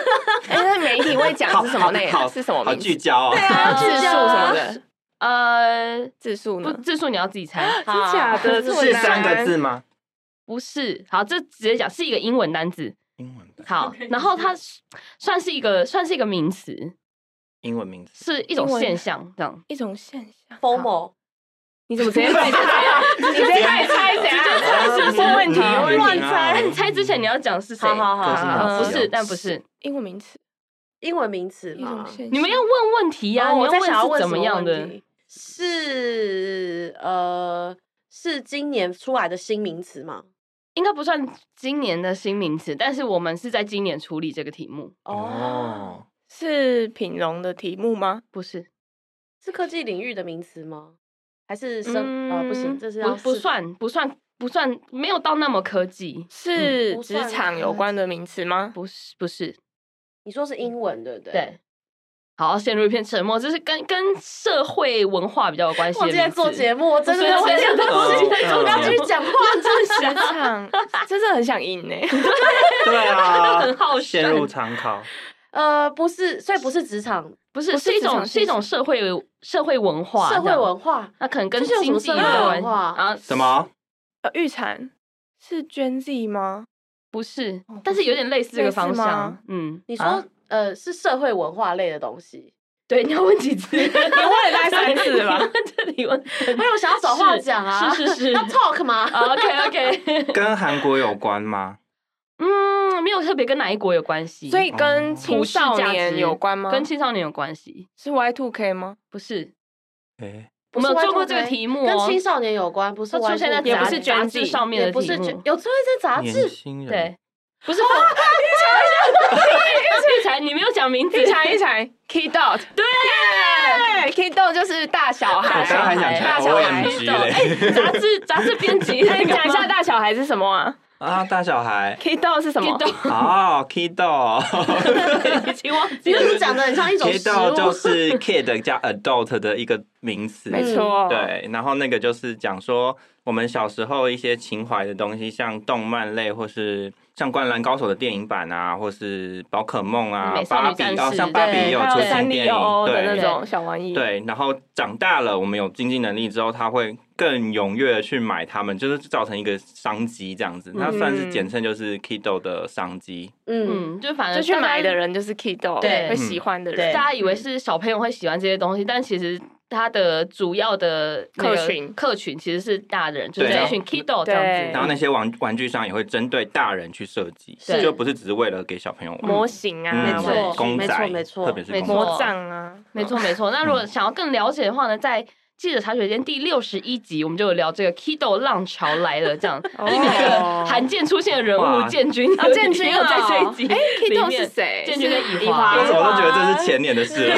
Speaker 3: 哎，那媒体会讲是什么内
Speaker 4: 好
Speaker 3: 容？是什么
Speaker 4: 好
Speaker 3: 名字？
Speaker 4: 聚焦哦，
Speaker 2: 啊
Speaker 3: 字数什么
Speaker 2: 聚
Speaker 3: 的，
Speaker 1: 呃，
Speaker 3: 字数
Speaker 1: 不，
Speaker 3: 呢？
Speaker 1: 字数你要自己猜。
Speaker 2: 真
Speaker 3: 真假 的这么
Speaker 4: 是
Speaker 3: 难
Speaker 4: 三个字吗？
Speaker 1: 不是，好，这直接讲是一个英文单字。
Speaker 4: 英文的
Speaker 1: 好，然后它是算是一个算是一个名词，
Speaker 4: 英文名字，
Speaker 1: 是一种
Speaker 3: 英文
Speaker 1: 现象，这 样。
Speaker 3: 一种现象。
Speaker 2: ？formal
Speaker 3: 你怎么直接猜？你直接猜猜怎样？
Speaker 4: 是不是
Speaker 3: 问问题？
Speaker 4: 嗯
Speaker 3: 问
Speaker 4: 乱
Speaker 3: 问题
Speaker 4: 猜
Speaker 1: 那你啊猜之前你要讲是谁？
Speaker 2: 好好好
Speaker 4: 可是你好
Speaker 1: 不
Speaker 4: 像
Speaker 1: 是，但不是，
Speaker 3: 英文名词，
Speaker 2: 英文名词
Speaker 3: 一种
Speaker 2: 吗？
Speaker 3: 现象。
Speaker 1: 你们要问问题呀、
Speaker 2: 哦
Speaker 1: 你
Speaker 2: 我在想要
Speaker 1: 问
Speaker 2: 问
Speaker 1: 是怎
Speaker 2: 什
Speaker 1: 么
Speaker 2: 问
Speaker 1: 样的？
Speaker 2: 题？是呃，是今年出来的新名词吗？
Speaker 1: 应该不算今年的新名词，但是我们是在今年处理这个题目，
Speaker 2: 哦，
Speaker 4: 哦，
Speaker 3: 是品荣的题目吗？
Speaker 1: 不是？
Speaker 2: 是科技领域的名词吗？还是生啊？不行，
Speaker 1: 嗯
Speaker 2: 这是
Speaker 1: 不
Speaker 2: 要
Speaker 1: 不
Speaker 2: 是
Speaker 1: 算不算不算，没有到那么科技，
Speaker 3: 是
Speaker 2: 不
Speaker 3: 职
Speaker 2: 算
Speaker 3: 场有
Speaker 2: 科
Speaker 3: 关的名词吗？
Speaker 1: 不是不是，
Speaker 2: 你说是英文对不对？
Speaker 1: 对。好，陷入一片沉默，这是跟跟社会文化比较有关系的
Speaker 2: 我
Speaker 1: 名
Speaker 2: 今
Speaker 1: 词。
Speaker 2: 天做节目，我真的
Speaker 1: 我
Speaker 2: 会
Speaker 1: 真的
Speaker 2: 讲东
Speaker 4: 是
Speaker 2: 西，
Speaker 4: 在做
Speaker 2: 不要继续
Speaker 4: 节目
Speaker 2: 讲话。
Speaker 3: 真职场真的很想赢呢。
Speaker 4: 对啊，
Speaker 1: 很好胜
Speaker 4: 陷入长考，
Speaker 2: 呃，不是，所以不是职场
Speaker 1: 不是，
Speaker 3: 不
Speaker 1: 是
Speaker 3: 是
Speaker 1: 一
Speaker 3: 职场
Speaker 1: 种是一种社会社会文化，
Speaker 2: 社
Speaker 1: 这
Speaker 2: 会
Speaker 1: 样
Speaker 2: 文化，
Speaker 1: 那可能跟
Speaker 2: 这是有什
Speaker 1: 经
Speaker 2: 么
Speaker 1: 济
Speaker 2: 社
Speaker 1: 有
Speaker 2: 会
Speaker 1: 关
Speaker 2: 文化
Speaker 1: 啊？
Speaker 4: 什？么？
Speaker 3: 呃，预产是 Gen Z 吗？
Speaker 1: 不是
Speaker 3: 哦，
Speaker 1: 但是有点类似这个方
Speaker 3: 类似
Speaker 1: 向
Speaker 3: 吗。
Speaker 1: 嗯，
Speaker 2: 你说、
Speaker 1: 啊
Speaker 2: 呃是社会文化类的东西，
Speaker 1: 对？你要问几次？你问
Speaker 3: 了大概三次吧
Speaker 1: 问 这里问，
Speaker 2: 没有我想要找话讲啊，
Speaker 1: 是是是啊
Speaker 2: 要 talk 吗？
Speaker 1: OK OK，
Speaker 4: 跟韩国有关吗？
Speaker 1: 嗯，没有特别跟哪一国有关系，
Speaker 3: 所以跟
Speaker 4: 哦
Speaker 1: 普
Speaker 3: 青
Speaker 1: 世
Speaker 3: 少
Speaker 1: 价
Speaker 3: 年
Speaker 1: 值
Speaker 3: 有关吗？
Speaker 1: 跟青少年有关系，
Speaker 3: 是 Y Two K 吗？
Speaker 1: 不是？
Speaker 4: 哎，
Speaker 1: 我
Speaker 2: 不是
Speaker 1: 们有做过
Speaker 2: Y2K
Speaker 1: 这个题目
Speaker 2: 跟
Speaker 1: 哦，
Speaker 2: 青少年有关，不是
Speaker 1: 它出现在
Speaker 2: Y2K
Speaker 3: 也不
Speaker 1: 杂
Speaker 3: 是
Speaker 1: 杂
Speaker 3: 卷
Speaker 1: 志
Speaker 3: 子
Speaker 1: 上面
Speaker 2: 也
Speaker 1: 的
Speaker 2: 不
Speaker 1: 题
Speaker 2: 啊是卷
Speaker 1: 目，
Speaker 2: 有出现在杂
Speaker 4: 年
Speaker 2: 志，
Speaker 4: 轻人，
Speaker 1: 对，不是。玉才， 你没有讲名字，
Speaker 3: 一场一场 Key Dot，对，Key Dot 就是大小
Speaker 4: 我
Speaker 3: 孩，
Speaker 4: 刚刚还想
Speaker 3: 大
Speaker 4: 看
Speaker 3: 小孩。
Speaker 4: OMG
Speaker 1: 懂哎
Speaker 4: 嘞
Speaker 1: 杂志杂志编辑，
Speaker 3: 哎你讲一下
Speaker 1: 大
Speaker 3: 大小孩是什么啊
Speaker 4: 啊，大小孩，
Speaker 3: ？Key Dot 是什么？
Speaker 4: 哦，kid dog。
Speaker 1: 家已经忘
Speaker 2: 你
Speaker 1: 记
Speaker 2: 就
Speaker 1: 了。
Speaker 2: 是讲的很像一种食
Speaker 4: Kiddo 就
Speaker 2: 物，
Speaker 4: 是 kid 加 adult 的一个名词，
Speaker 3: 没错，，
Speaker 4: 对，然后那个就是讲说我们小时候一些情怀的东西，像动漫类或是。像《灌篮高手》的电影版啊，或是宝可梦啊
Speaker 1: 美、少女
Speaker 4: 芭比
Speaker 1: 战士
Speaker 4: 哦，像芭比
Speaker 1: 对
Speaker 4: 也有
Speaker 3: 还
Speaker 4: 出
Speaker 3: 有
Speaker 4: 新
Speaker 3: 三
Speaker 4: 电
Speaker 3: D
Speaker 4: 影
Speaker 3: 哦 O O 的
Speaker 4: 对
Speaker 3: 那种小玩意，，
Speaker 4: 对。然后长大了，我们有经济能力之后，他会更踊跃的去买它们，就是造成一个商机这样子。那算是简称就是 kiddo 的商机，
Speaker 2: 嗯，
Speaker 1: 嗯，就反正
Speaker 3: 就去买的
Speaker 1: 人。
Speaker 3: 人就是 Key Dot，
Speaker 1: 对
Speaker 3: 会喜欢的
Speaker 2: 对
Speaker 3: 人
Speaker 1: 大。家以为是小朋友会喜欢这些东西，但其实它的主要的那个
Speaker 3: 客群
Speaker 1: 客群其实是大人，就是
Speaker 4: 对
Speaker 1: 那一群 kiddo 这
Speaker 3: 对
Speaker 4: 然
Speaker 1: 样
Speaker 4: 后
Speaker 1: 子。
Speaker 4: 那些玩玩具商也会针对大人去设计，
Speaker 1: 是
Speaker 4: 就不是只是为了给小朋友玩。
Speaker 3: 模型啊，
Speaker 4: 嗯
Speaker 2: 没
Speaker 3: 玩
Speaker 2: 错
Speaker 4: 公仔，
Speaker 2: 没错
Speaker 4: 特别是
Speaker 1: 没
Speaker 4: 公
Speaker 1: 错
Speaker 4: 仔
Speaker 3: 魔杖啊，
Speaker 1: 没错没错。那如果想要更了解的话呢，在记者茶水间第六十一集，我们就有聊这个 kiddo 浪潮来了这样，
Speaker 3: 哦
Speaker 1: 里面有一个罕见出现的人物
Speaker 4: 哇
Speaker 1: 建军，
Speaker 3: 哦建军
Speaker 1: 也有在这一集。
Speaker 3: 哎 k i d
Speaker 1: 里面
Speaker 3: 是谁？
Speaker 1: 建军跟
Speaker 3: 是
Speaker 1: 以华
Speaker 4: 我怎么都觉得这是前年的事了。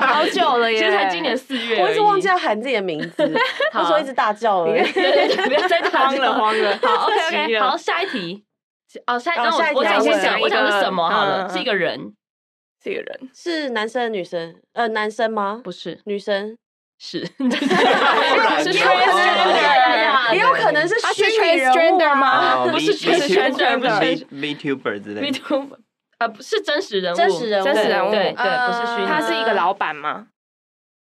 Speaker 3: 好久了耶，
Speaker 1: 其实才今年四月而已，
Speaker 2: 我一直忘记要啊喊自己的名 字，
Speaker 1: 好
Speaker 2: 那时候一直大叫了。
Speaker 1: 对对对，不要再慌
Speaker 3: 慌了慌了，
Speaker 1: 好，OK
Speaker 3: 急
Speaker 1: OK，
Speaker 3: 了
Speaker 1: 好，下一题。哦，下一
Speaker 2: 好
Speaker 1: 那
Speaker 2: 下一
Speaker 1: 我我
Speaker 2: 题
Speaker 1: 想
Speaker 2: 来
Speaker 1: 先
Speaker 2: 问
Speaker 1: 讲，我想
Speaker 3: 一
Speaker 1: 是
Speaker 3: 个
Speaker 1: 什么好
Speaker 3: 嗯
Speaker 1: 了？
Speaker 3: 嗯
Speaker 1: 是一个人，
Speaker 3: 这个人
Speaker 2: 是男生女生？呃，男生吗？
Speaker 1: 不是
Speaker 2: 女生，
Speaker 1: 是，
Speaker 4: 然
Speaker 1: 是
Speaker 4: 呢
Speaker 1: transgender，
Speaker 2: 也有可能是
Speaker 3: 他是
Speaker 2: 虚拟人物
Speaker 3: transgender 吗
Speaker 4: 哦
Speaker 1: 不是
Speaker 4: V-
Speaker 1: 全是
Speaker 4: VTuber
Speaker 1: 不是
Speaker 4: V- VTuber 之类
Speaker 1: Me
Speaker 4: 的，
Speaker 1: too，呃，不是真实人物，
Speaker 2: 真实人物
Speaker 1: 对
Speaker 3: 真实人物
Speaker 1: 对对，
Speaker 2: 呃
Speaker 1: 不是虚拟，
Speaker 3: 他是一个老板吗？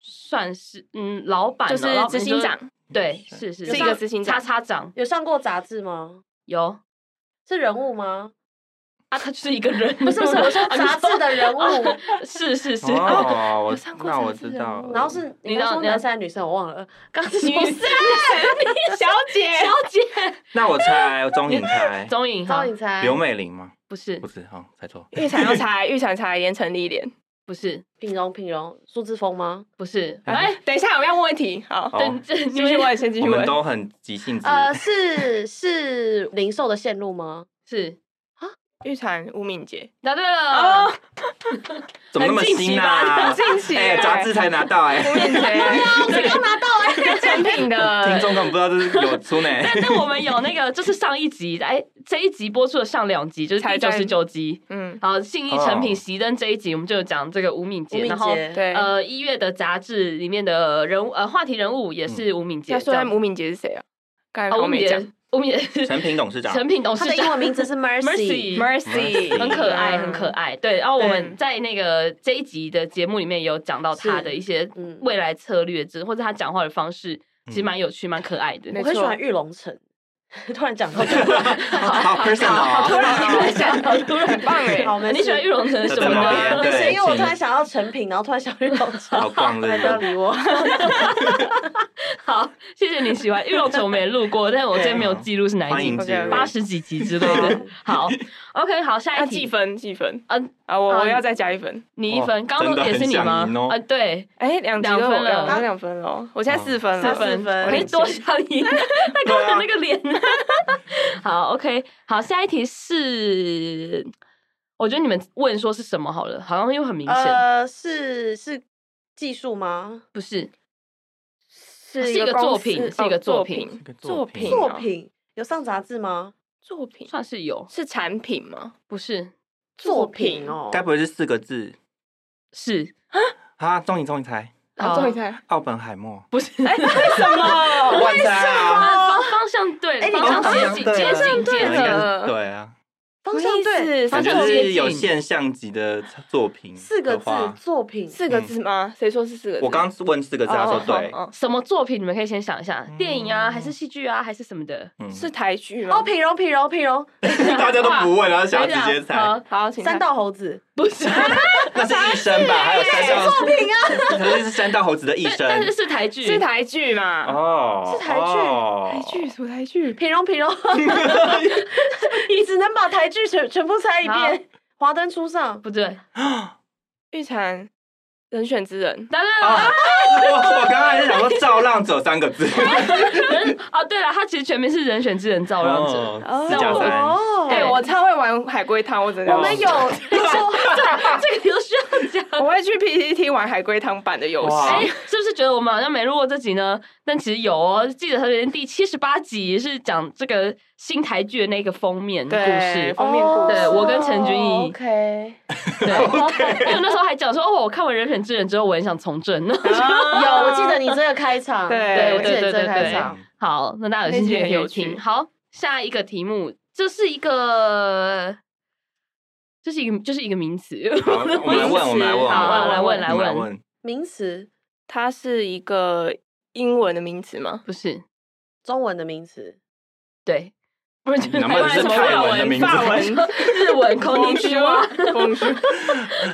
Speaker 1: 算是嗯，老板哦
Speaker 3: 就是
Speaker 1: 老板
Speaker 3: 执行长，
Speaker 1: 对，是是
Speaker 3: 是一
Speaker 1: 上
Speaker 3: 个执行
Speaker 1: 叉
Speaker 3: 长
Speaker 1: 叉长
Speaker 2: 有上过杂志吗？
Speaker 1: 有
Speaker 2: 是人物吗？
Speaker 1: 啊，他就是一个人， 啊
Speaker 2: 不是不是， 我说哦杂志的 人物，
Speaker 1: 是是是，
Speaker 4: 哦，我
Speaker 3: 有上过
Speaker 4: 那我
Speaker 3: 杂志
Speaker 4: 知
Speaker 3: 的
Speaker 4: 道
Speaker 3: 哦
Speaker 4: 了。
Speaker 2: 然后是
Speaker 1: 你
Speaker 2: 你刚
Speaker 1: 知道你
Speaker 2: 说
Speaker 1: 知道
Speaker 2: 男生还是女生，我忘 了。 刚刚是
Speaker 1: 女生，
Speaker 3: 小姐，
Speaker 1: 小姐，
Speaker 4: 那我猜中影猜
Speaker 1: 钟颖
Speaker 2: 赵
Speaker 1: 哈，
Speaker 2: 颖才
Speaker 4: 刘美玲吗？
Speaker 1: 不是
Speaker 4: 不是，哈，猜错。
Speaker 3: 玉婵要猜，玉婵猜连陈丽莲。
Speaker 1: 不是
Speaker 2: 品荣品荣苏志峰吗？
Speaker 1: 不是，
Speaker 3: 哎， 等一下，我要问问题，好，
Speaker 4: 好，
Speaker 1: 等这你
Speaker 3: 继续
Speaker 1: 们
Speaker 3: 问，先继
Speaker 4: 我
Speaker 3: 续
Speaker 4: 们
Speaker 3: 问。
Speaker 4: 都很急性子。
Speaker 2: 呃，是是零售的线路吗？
Speaker 1: 是
Speaker 3: 玉婵、吴敏杰，
Speaker 1: 答对
Speaker 2: 哦
Speaker 1: 了，，
Speaker 4: 怎么那么新啊
Speaker 3: 很？近期
Speaker 4: 哎，杂志才拿到哎，
Speaker 3: 吴敏杰，对啊，拿到了 产品
Speaker 4: 听
Speaker 3: 的，
Speaker 4: 众根本不知道这是有出呢。
Speaker 1: 但但我们有那个，就是上一集，哎，这一集播出的上两集，就是第
Speaker 3: 彩
Speaker 1: 九
Speaker 3: 蛋
Speaker 1: 十九集，
Speaker 3: 嗯，
Speaker 1: 好，信义成品
Speaker 4: 哦
Speaker 1: 熄灯这一集，我们就有讲这个吴敏
Speaker 2: 哦吴
Speaker 1: 杰，
Speaker 2: 敏
Speaker 1: 然后
Speaker 2: 杰，
Speaker 3: 对，
Speaker 1: 呃一月的杂志里面的人物，呃话题人物也是吴敏杰，
Speaker 2: 嗯
Speaker 3: 要说
Speaker 1: 这
Speaker 3: 下
Speaker 1: 样
Speaker 3: 吴敏杰是谁啊？刚
Speaker 1: 啊
Speaker 3: 才我
Speaker 1: 吴敏
Speaker 3: 没讲
Speaker 1: 杰， 吴敏杰
Speaker 4: 陈平董事长，
Speaker 1: 成品董
Speaker 2: 他
Speaker 1: 事
Speaker 2: 的英文
Speaker 1: 长
Speaker 2: 名字 是 Mercy。
Speaker 1: Mercy。
Speaker 3: ，Mercy，嗯
Speaker 1: 很可爱，很可爱。对，然后我们
Speaker 3: 对
Speaker 1: 在那个这一集的节目里面有讲到他
Speaker 2: 是
Speaker 1: 的一些
Speaker 2: 嗯
Speaker 1: 未来策略之，或者他讲话的方式，其
Speaker 4: 嗯
Speaker 1: 实蛮有趣、蛮可爱的。
Speaker 3: 没
Speaker 2: 我很喜
Speaker 3: 错
Speaker 2: 欢玉龙城。 突然 讲到这个，
Speaker 4: 好 personal，
Speaker 3: 突然
Speaker 4: 哦
Speaker 3: 一下，突然 很棒哎，
Speaker 2: 好，没事
Speaker 1: 你喜欢玉龙城什么
Speaker 4: 在旁
Speaker 1: 呢
Speaker 4: 边？
Speaker 2: 没事，
Speaker 4: 对
Speaker 2: 因为我
Speaker 4: 请
Speaker 2: 突然想到成品，然后突然想到玉龙城，
Speaker 4: 好逛是不
Speaker 2: 不要
Speaker 4: 是？
Speaker 2: 理我。
Speaker 1: 好，谢谢你喜欢玉龙城，我们也录过，但是我这边没有记录是哪
Speaker 4: 欢
Speaker 1: 一
Speaker 4: 迎
Speaker 1: 集，
Speaker 4: 之
Speaker 1: 八十几集之类 的。好，OK，好，下
Speaker 3: 要
Speaker 1: 一
Speaker 3: 计
Speaker 1: 题，
Speaker 3: 分，计分
Speaker 1: 嗯，
Speaker 3: 啊，我我
Speaker 1: 嗯
Speaker 3: 要再加一分。
Speaker 1: 你一分，
Speaker 4: 哦
Speaker 1: 刚刚
Speaker 4: 真的
Speaker 1: 也是
Speaker 4: 很
Speaker 1: 你
Speaker 4: 想
Speaker 1: 吗
Speaker 4: 赢哦？
Speaker 1: 啊，对，
Speaker 3: 哎，两集都
Speaker 1: 两分了
Speaker 3: 两两分了，哦我现在四分
Speaker 2: 他
Speaker 3: 了，哎
Speaker 2: 四分
Speaker 1: 我
Speaker 2: 有
Speaker 1: 你哎
Speaker 2: 点
Speaker 1: 多想赢，他刚刚的那个脸。 好，OK，好，下一题是，我觉得你们问说是什么好了，好像又很明显，
Speaker 2: 呃，是是技术吗？
Speaker 1: 不是
Speaker 3: 是
Speaker 1: 是一个
Speaker 3: 公
Speaker 1: 作
Speaker 3: 司
Speaker 1: 品是
Speaker 3: 哦
Speaker 1: 一个作
Speaker 3: 作
Speaker 1: 品
Speaker 4: 一个作
Speaker 3: 作
Speaker 4: 品
Speaker 3: 品，哦
Speaker 2: 作品哦有上杂志吗？
Speaker 3: 作品
Speaker 1: 算是有，
Speaker 3: 是产品吗？
Speaker 1: 不是
Speaker 2: 作品哦，
Speaker 4: 该不会是四个字？
Speaker 1: 是
Speaker 4: 啊，终于终于猜，
Speaker 1: 好
Speaker 3: 终于猜，
Speaker 4: 奥本海默。
Speaker 1: 不是？
Speaker 3: 哎，为啊什么？
Speaker 4: 乱猜啊！
Speaker 1: 啊方方向对啊
Speaker 2: 哎
Speaker 1: 了，
Speaker 2: 你
Speaker 1: 方
Speaker 2: 刚
Speaker 1: 向接
Speaker 4: 刚
Speaker 1: 近
Speaker 4: 刚
Speaker 1: 接近
Speaker 3: 对
Speaker 1: 接
Speaker 4: 应
Speaker 3: 了
Speaker 1: 近，
Speaker 4: 该是对啊，
Speaker 2: 方向对，
Speaker 3: 对，
Speaker 1: 方
Speaker 4: 反
Speaker 1: 向
Speaker 4: 正
Speaker 1: 接
Speaker 4: 是
Speaker 1: 近
Speaker 4: 有现象级的作品的话。
Speaker 2: 四个字作品，
Speaker 3: 四个字吗？谁说是四个字？
Speaker 4: 我刚问四个字，他说
Speaker 3: 哦
Speaker 4: 对，
Speaker 3: 哦哦
Speaker 1: 什么作品？你们可以先想一下，电影啊，
Speaker 4: 嗯
Speaker 1: 还是戏剧啊，还是什么的？
Speaker 4: 嗯
Speaker 3: 是台剧吗？
Speaker 2: 哦，品荣品荣品荣，
Speaker 4: 大家都不问，然后想要直接
Speaker 1: 哎好
Speaker 4: 猜，，
Speaker 3: 好，请
Speaker 2: 三
Speaker 3: 道
Speaker 2: 道猴子，
Speaker 1: 不是，
Speaker 4: 那是一生吧？还有三道作品啊，可是是三道猴子的一
Speaker 1: 但
Speaker 4: 生
Speaker 1: 但是是台剧，
Speaker 3: 是台剧嘛？
Speaker 4: 哦，
Speaker 2: 是台剧
Speaker 4: 哦
Speaker 3: 台剧什么台剧？
Speaker 2: 品荣品荣， 你只能把台剧全全部猜一遍。华灯初上，
Speaker 1: 不对？
Speaker 3: 玉婵，人选之人，
Speaker 1: 答对了
Speaker 4: 啊。我我刚刚还是想说“造浪者”三个字，
Speaker 1: 人啊，对了，他其实全名是人选之人造浪者。
Speaker 4: 哦四加三，
Speaker 2: 哦，
Speaker 3: 哎，我超会玩海龟汤，我真的。
Speaker 2: 我们有，
Speaker 1: 这个你都需要讲。
Speaker 3: 我会去 PPT 玩海龟汤版的游
Speaker 4: 哇
Speaker 1: 哎
Speaker 3: 戏。，
Speaker 1: 是不是觉得我们好像没录过这集呢？但其实有哦，记得他原第七十八集是讲这个新台剧的那个封面故
Speaker 3: 对，
Speaker 1: 事。
Speaker 3: 封面故
Speaker 1: 对
Speaker 3: 事。
Speaker 1: 我跟陈君毅
Speaker 2: 哦 OK，
Speaker 1: 对，因为那时候还讲说，哦，我看完《人选之人》之后，我很想从政。
Speaker 2: 有，我记得你这个开场，
Speaker 3: 对
Speaker 2: 对，我记得你这个开
Speaker 1: 对
Speaker 2: 场，
Speaker 1: 好，那大家有兴趣也可以去听。好，下一个题目，这是一个，这是一个，就是一个名词。
Speaker 4: 好，我们来问，我们来问，
Speaker 1: 好
Speaker 4: 我们
Speaker 1: 来问
Speaker 4: 我们
Speaker 1: 来问
Speaker 4: 问，
Speaker 2: 名词，
Speaker 3: 它是一个英文的名词吗？
Speaker 1: 不是，
Speaker 2: 中文的名词，
Speaker 1: 对，我觉得
Speaker 4: 能不能是
Speaker 1: 哎什么
Speaker 4: 泰
Speaker 1: 法
Speaker 4: 文的名字
Speaker 1: 法文、 日文、空地区 啊，
Speaker 3: 风虚，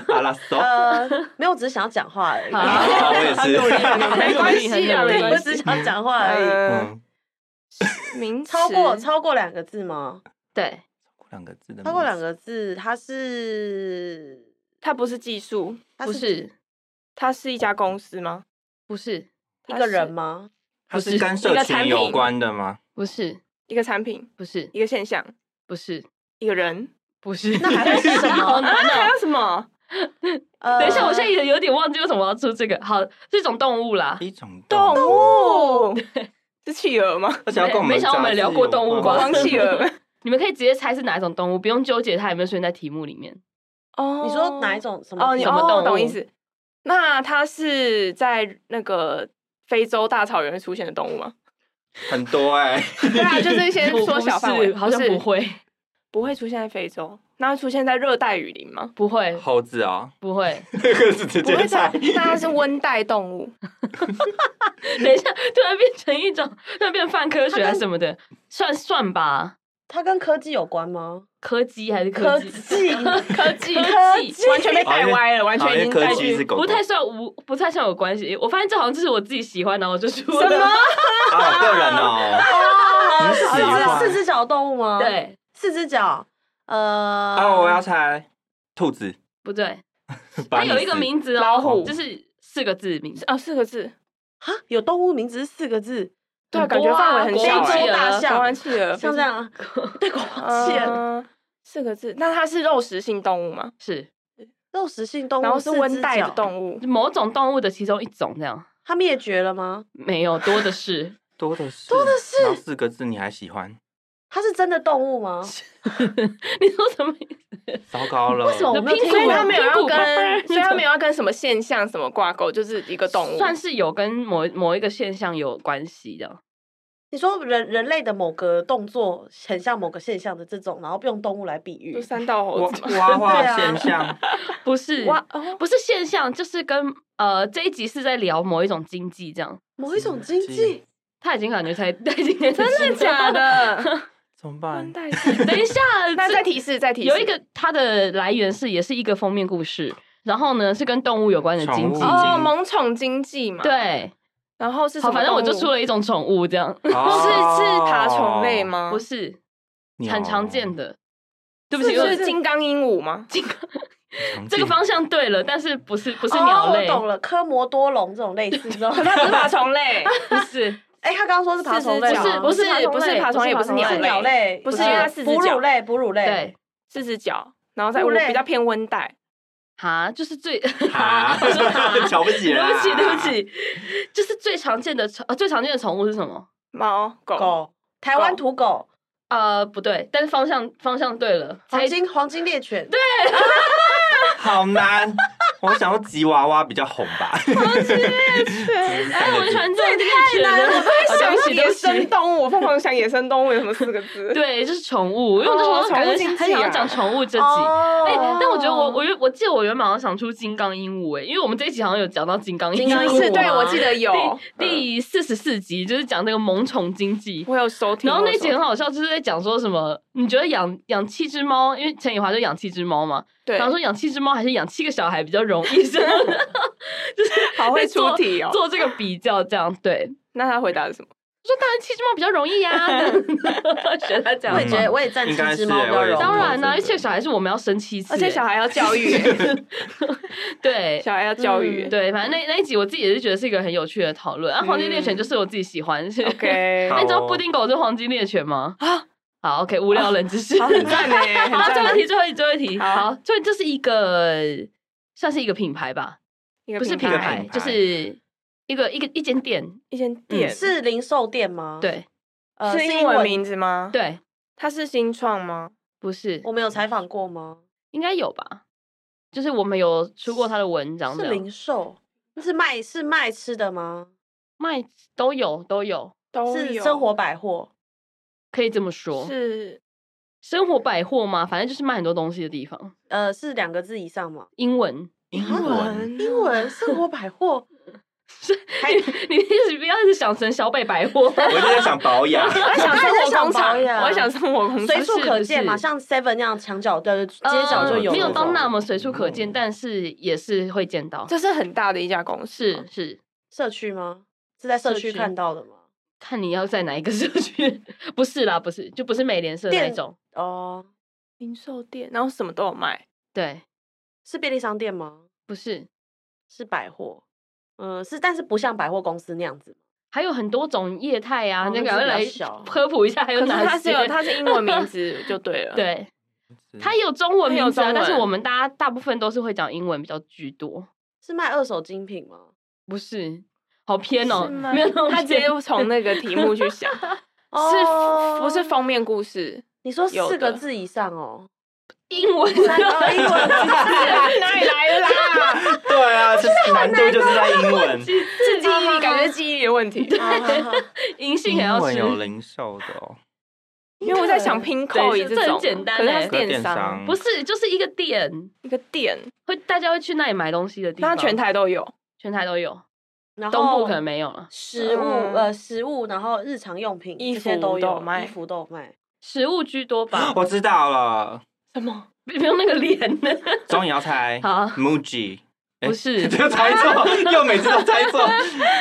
Speaker 4: 阿拉斯。
Speaker 2: 呃，没有，我只是想要讲话而已。
Speaker 1: 好
Speaker 4: 啊，我也是。
Speaker 1: 没关
Speaker 3: 很
Speaker 1: 系
Speaker 3: 有
Speaker 1: 啊，
Speaker 3: 力
Speaker 1: 没
Speaker 2: 对，我
Speaker 1: 关
Speaker 2: 只
Speaker 1: 系。
Speaker 2: 想讲话而已。
Speaker 3: 呃，
Speaker 4: 嗯，
Speaker 3: 名词
Speaker 2: 超过超过两个字吗？
Speaker 1: 对，
Speaker 4: 两个字的名字。
Speaker 2: 超过两个字，它是
Speaker 3: 它不是技术，
Speaker 2: 它
Speaker 1: 不是
Speaker 3: 它是一家公司吗？
Speaker 1: 不是
Speaker 2: 一
Speaker 3: 它
Speaker 2: 个
Speaker 3: 是
Speaker 2: 人吗？
Speaker 4: 它是跟社群有关的吗？
Speaker 1: 不是
Speaker 3: 一个产品，
Speaker 1: 不是
Speaker 3: 一个现象，
Speaker 1: 不是
Speaker 3: 一个人。
Speaker 1: 不是，
Speaker 2: 那还会是什
Speaker 1: 好
Speaker 2: 么？
Speaker 1: 难
Speaker 3: 那还
Speaker 1: 哦。
Speaker 3: 有什么
Speaker 2: 呃
Speaker 1: 等一下，我现在也有点忘记为什么我要出这个。好，是一种动物啦，
Speaker 4: 一种
Speaker 3: 动
Speaker 4: 物，
Speaker 3: 物？是企 鹅吗？
Speaker 4: 而且要跟我们
Speaker 1: 没想到我们聊过动物吧
Speaker 3: 国
Speaker 4: 吧
Speaker 3: 王？企鹅。
Speaker 1: 你们可以直接猜是哪一种动物，不用纠结它有没有出现在题目里面。
Speaker 3: 哦
Speaker 2: 你说哪一？种什么
Speaker 3: 哦，你
Speaker 1: 什么
Speaker 3: 哦
Speaker 1: 动物
Speaker 3: 懂意思？那它是在那个非洲大草原会出现的动物吗？
Speaker 4: 很多哎，
Speaker 3: 对啊，就是先
Speaker 1: 不
Speaker 3: 缩小范围，
Speaker 1: 不是好像不
Speaker 3: 不是
Speaker 1: 会，
Speaker 3: 不会出现在非洲，那会出现在热带雨林吗？
Speaker 1: 不会，
Speaker 4: 猴子哦，
Speaker 1: 不会。
Speaker 4: 这个是直
Speaker 3: 不会
Speaker 4: 接
Speaker 3: 在
Speaker 4: 猜，。
Speaker 3: 那它是温带动物，
Speaker 1: 等一下，突然变成一种，突然变泛科学还是什么的，算算吧，
Speaker 2: 它跟科技有关吗？
Speaker 1: 科技还是
Speaker 2: 科
Speaker 1: 技？
Speaker 2: 技
Speaker 1: 科技，
Speaker 2: 科
Speaker 1: 科
Speaker 2: 技
Speaker 1: 技。
Speaker 3: 完 全被带歪了，完
Speaker 4: 好因为
Speaker 3: 全已经
Speaker 4: 科
Speaker 3: 带
Speaker 4: 技是狗狗，
Speaker 1: 不太算无，不太算有关系。我发现这好像就是我自己喜欢，然后我就出
Speaker 3: 什
Speaker 1: 了。
Speaker 3: 么？
Speaker 4: 啊，个人哦，
Speaker 2: 啊，
Speaker 4: 你喜欢
Speaker 2: 是四只脚动物吗？，
Speaker 1: 对，
Speaker 2: 四只脚。呃，
Speaker 4: 啊，我要猜兔子，
Speaker 1: 不对？
Speaker 4: 巴
Speaker 1: 它
Speaker 4: 尼
Speaker 1: 有一个
Speaker 4: 斯
Speaker 1: 名字哦，
Speaker 3: 老虎
Speaker 1: 就是四个字名字。
Speaker 3: 哦，四个字，
Speaker 2: 哈，有动物名字是四个字，
Speaker 3: 对啊，
Speaker 1: 很多
Speaker 3: 感觉范围很小
Speaker 1: 国王
Speaker 3: 欸。
Speaker 1: 企鹅
Speaker 2: 大象
Speaker 3: 国王企
Speaker 1: 呃
Speaker 3: 鹅，
Speaker 2: 像这 样啊，对，国王蟹
Speaker 3: 嗯，四个字。那它是肉食性动物吗？
Speaker 1: 是
Speaker 2: 肉食性动物，
Speaker 3: 然后是温带的
Speaker 2: 物，
Speaker 3: 动物，
Speaker 1: 某种动物的其中一种，这样
Speaker 2: 它灭绝了吗？
Speaker 1: 没有多的 是，
Speaker 4: 多的是，多的是，然后四个字你还喜欢，
Speaker 2: 它是真的动物 吗？
Speaker 1: 你说什么意思？
Speaker 4: 糟糕了，为
Speaker 2: 什么我没有听
Speaker 3: 所以
Speaker 2: 过
Speaker 3: 它没有
Speaker 1: 屁
Speaker 3: 要
Speaker 1: 股巴巴
Speaker 3: 跟，所以它没有要跟什么现象什么挂钩，就是一个动物。
Speaker 1: 算是有跟某某一个现象有关系的，
Speaker 2: 你说人人类的某个动作很像某个现象的这种，然后用动物来比喻
Speaker 3: 就，三道猴子嘛。
Speaker 4: 蛙化
Speaker 2: 对啊
Speaker 4: 现象，
Speaker 1: 不是
Speaker 3: 哇哦，
Speaker 1: 不是现象，就是跟呃这一集是在聊某一种经济这样。
Speaker 2: 某一种经济
Speaker 4: 经
Speaker 1: 他已经感觉 才，他已经真
Speaker 3: 真的假？的？
Speaker 4: 怎 么办
Speaker 3: 温？带 动物，
Speaker 1: 等一下
Speaker 3: 那
Speaker 1: 这
Speaker 3: 再提示，再提示，
Speaker 1: 有一个它的来源是也是一个封面故事，然后呢是跟动物有关的经济
Speaker 4: 宠。物
Speaker 3: 哦，萌宠经济嘛。，
Speaker 1: 对，
Speaker 3: 然后是什
Speaker 1: 好，
Speaker 3: 么
Speaker 1: 反正我就
Speaker 3: 动物
Speaker 1: 出了一种宠物这样，
Speaker 3: 是是
Speaker 4: 哦
Speaker 3: 爬虫类？吗？
Speaker 1: 不，是
Speaker 4: 鸟
Speaker 1: 很常见，的。对不起，
Speaker 3: 是
Speaker 1: 我
Speaker 3: 是金刚鹦鹉吗？
Speaker 4: 常见
Speaker 1: 这个方向对了，但是不是不
Speaker 2: 不
Speaker 1: 是鸟类，
Speaker 2: 哦我懂了，科摩多龙这种类似这种。
Speaker 3: 它是爬虫类，
Speaker 1: 不是
Speaker 2: 哎，他刚刚说是爬虫类吗，
Speaker 3: 四只脚不是
Speaker 1: 不
Speaker 3: 不啊是
Speaker 1: 是
Speaker 3: 爬
Speaker 1: 爬虫
Speaker 3: 虫
Speaker 1: 类，
Speaker 3: 类不是
Speaker 2: 不
Speaker 3: 鸟
Speaker 2: 是
Speaker 3: 类
Speaker 2: 鸟类，
Speaker 3: 不是
Speaker 1: 因为它
Speaker 3: 四只
Speaker 2: 哺
Speaker 3: 脚
Speaker 2: 乳类，哺乳类。
Speaker 1: 对，
Speaker 3: 四只脚，然后在
Speaker 2: 哺
Speaker 3: 我
Speaker 2: 乳类
Speaker 3: 比较偏温带，
Speaker 1: 哈，就是最
Speaker 4: 哈
Speaker 1: 哈，我说哈，
Speaker 4: 瞧不起
Speaker 1: 对
Speaker 4: 啊啦，
Speaker 1: 不起对不起，就是最常见的宠呃最常见的宠物是什么？
Speaker 3: 猫狗哦
Speaker 2: 狗，台湾土狗，
Speaker 1: 呃，不对，但是方向方向对了，
Speaker 2: 黄
Speaker 1: 猜
Speaker 2: 金黄金猎 犬，对，
Speaker 4: 好难。我想要吉娃娃比较红吧，
Speaker 1: 哎，我很喜欢这种猎
Speaker 3: 太
Speaker 1: 犬
Speaker 3: 难了，我都在
Speaker 1: 对
Speaker 3: 想
Speaker 1: 不
Speaker 3: 到
Speaker 1: 起对
Speaker 3: 野
Speaker 1: 不起
Speaker 3: 生动物，我疯狂想野生动物有什么四个字？
Speaker 1: 对，就是宠物，因为我那时
Speaker 3: 哦
Speaker 1: 候
Speaker 3: 宠物
Speaker 1: 感觉
Speaker 3: 经济
Speaker 1: 很想
Speaker 3: 啊
Speaker 1: 要讲宠物这集。哎、
Speaker 2: 哦，
Speaker 1: 但我觉得我我原我记得我原本好像想出金刚鹦鹉哎，因为我们这一集好像有讲到金刚鹦
Speaker 2: 金刚鹦
Speaker 1: 鹉，
Speaker 2: 鹉
Speaker 3: 是，对
Speaker 2: 吗
Speaker 3: 我记得
Speaker 1: 哦
Speaker 3: 有，
Speaker 1: 第四十四集就是讲那个萌宠经济，
Speaker 3: 我有收听。
Speaker 1: 然后
Speaker 3: 我有
Speaker 1: 那
Speaker 3: 收
Speaker 1: 集
Speaker 3: 听
Speaker 1: 很好笑，就是在讲说什么，你觉得养养七只猫，因为陈以华就养七只猫嘛，
Speaker 3: 对，
Speaker 1: 然后说养七只猫还是养七个小孩比较容 易，就是
Speaker 3: 好会出
Speaker 1: 做
Speaker 3: 题哦。
Speaker 1: 做这个比较，这样对。
Speaker 3: 那他回答是什么？
Speaker 1: 我说当然七只猫比较容易呀、 啊，学他讲
Speaker 2: 我
Speaker 1: 话
Speaker 2: 也。觉得我也赞
Speaker 4: 应
Speaker 2: 七
Speaker 4: 该
Speaker 2: 只
Speaker 4: 是
Speaker 2: 猫比较
Speaker 4: 我也
Speaker 2: 容 易。
Speaker 1: 当然啊啦、
Speaker 4: 对
Speaker 1: 而且小孩是我们要生七次欸，
Speaker 3: 而且小孩要教育欸，
Speaker 1: 对
Speaker 3: 小孩要教育
Speaker 2: 嗯
Speaker 3: 欸。
Speaker 1: 对，反正那那一集我自己也是觉得是一个很有趣的讨论。啊，黄金猎犬就是我自己喜欢。是
Speaker 3: OK，
Speaker 1: 那你知道
Speaker 4: 好哦
Speaker 1: 布丁狗是黄金猎犬吗？啊，好，OK，无聊冷知识。
Speaker 3: 好，很 赞呢，很
Speaker 1: 好，最后
Speaker 3: 赞
Speaker 1: 一
Speaker 3: 欸。
Speaker 1: 题，最后一题，最后一题。
Speaker 3: 好
Speaker 1: 好，所以这是一个算是一个品牌吧，
Speaker 3: 一个
Speaker 1: 不是
Speaker 3: 品
Speaker 1: 品
Speaker 4: 牌
Speaker 1: 牌，就是一个一个一间店。
Speaker 3: 一间店，
Speaker 2: 是零售店吗？，
Speaker 1: 对
Speaker 2: 呃，
Speaker 3: 嗯是
Speaker 2: 是
Speaker 3: 英文名字吗？，
Speaker 1: 对，
Speaker 3: 它是新创吗？
Speaker 1: 不是，
Speaker 2: 我们有采访过吗？
Speaker 1: 应该有吧？就是我们有出过他的文章，
Speaker 2: 是
Speaker 1: 这样
Speaker 2: 零售，是卖是卖吃的吗？
Speaker 1: 卖都有都有，
Speaker 3: 都
Speaker 2: 是
Speaker 3: 有
Speaker 2: 生活百货，哦
Speaker 1: 可以这么说。
Speaker 3: 是
Speaker 1: 生活百货吗？反正就是卖很多东西的地方。
Speaker 2: 呃，是两个字以上吗？
Speaker 1: 英文
Speaker 4: 英文
Speaker 2: 英文生活百货，
Speaker 3: 还
Speaker 1: 你一直不要一直想成小北百货，
Speaker 4: 我就在想保养，
Speaker 3: 我 还想生活工厂，
Speaker 2: 我
Speaker 3: 我
Speaker 2: 还
Speaker 3: 还
Speaker 2: 想
Speaker 3: 想生活工厂
Speaker 2: 随。处可见嘛，
Speaker 1: 是
Speaker 2: 像 Seven 那样墙角的街角就有那
Speaker 1: 呃
Speaker 2: 种。
Speaker 1: 没有到那么随处可见，但是也是会见到。
Speaker 3: 这是很大的一家公司，
Speaker 1: 是是，
Speaker 2: 社区吗？是在社
Speaker 1: 社
Speaker 2: 区
Speaker 1: 区
Speaker 2: 看到的吗？
Speaker 1: 看你要在哪一个社区， 不是啦，不是，就不是美联社那
Speaker 2: 店
Speaker 1: 一种。
Speaker 2: 哦，
Speaker 3: 零售店，然后什么都有卖。
Speaker 1: 对，
Speaker 2: 是便利商店吗？
Speaker 1: 不是，
Speaker 2: 是百货，嗯，是，但是不像百货公司那样子。
Speaker 1: 还有很多种业态啊。
Speaker 2: 哦
Speaker 1: 那
Speaker 2: 那
Speaker 1: 个
Speaker 2: 是比较
Speaker 1: 来
Speaker 2: 小
Speaker 1: 科普一下，还
Speaker 3: 可
Speaker 1: 有
Speaker 3: 是
Speaker 1: 哪些？
Speaker 3: 它是有，它是英文名字就 对了。，
Speaker 1: 对，
Speaker 4: 嗯
Speaker 1: 它也有中文
Speaker 3: 它也有
Speaker 1: 名字啊，
Speaker 3: 中文
Speaker 1: 但是我们大家大部分都是会讲英文比较居多。
Speaker 2: 是卖二手精品吗？
Speaker 1: 不是，好偏哦，
Speaker 3: 是吗
Speaker 1: 没有那么
Speaker 3: 他直接
Speaker 1: 偏
Speaker 3: 从那个题目去想，
Speaker 2: 哦
Speaker 3: 是不是封面故事？
Speaker 2: 你说
Speaker 3: 有
Speaker 2: 四个
Speaker 3: 的
Speaker 2: 字以上哦，
Speaker 1: 英文
Speaker 2: 三哦英文字
Speaker 3: 哪里来的啦？
Speaker 4: 对啊，就是难度就是在英文，
Speaker 3: 是记忆力，感觉是记忆力的问 题。
Speaker 2: 啊哈哈
Speaker 1: 银杏也
Speaker 4: 英
Speaker 1: 要
Speaker 4: 文
Speaker 1: 吃。
Speaker 4: 有零售的哦，
Speaker 3: 因为我在想拼扣
Speaker 1: 对
Speaker 3: 一
Speaker 1: 这
Speaker 3: 这
Speaker 1: 很
Speaker 3: 种，
Speaker 1: 简单
Speaker 3: 可是它
Speaker 1: 欸
Speaker 3: 是
Speaker 4: 可是，
Speaker 3: 电商，
Speaker 1: 不是，就是一个店，
Speaker 3: 一个店，
Speaker 1: 会大家会去那里买东西的地
Speaker 3: 那
Speaker 1: 方。
Speaker 3: 它全台哦都有。
Speaker 1: 全台都有，
Speaker 2: 然
Speaker 1: 东部
Speaker 2: 后
Speaker 1: 可能没有了。
Speaker 2: 食物
Speaker 3: 嗯
Speaker 2: 呃食物，然后日常用品
Speaker 3: 衣
Speaker 2: 这些
Speaker 3: 服
Speaker 2: 都
Speaker 3: 都有
Speaker 2: 有，
Speaker 3: 卖
Speaker 2: 衣服都有 卖。
Speaker 1: 食物居多吧
Speaker 4: 我知道了，
Speaker 3: 什么？
Speaker 1: 不用那个脸 呢。
Speaker 4: 终于要猜，
Speaker 1: 好
Speaker 4: ，Muji，
Speaker 1: 不是 啊
Speaker 4: 这猜错，又每次都猜 错，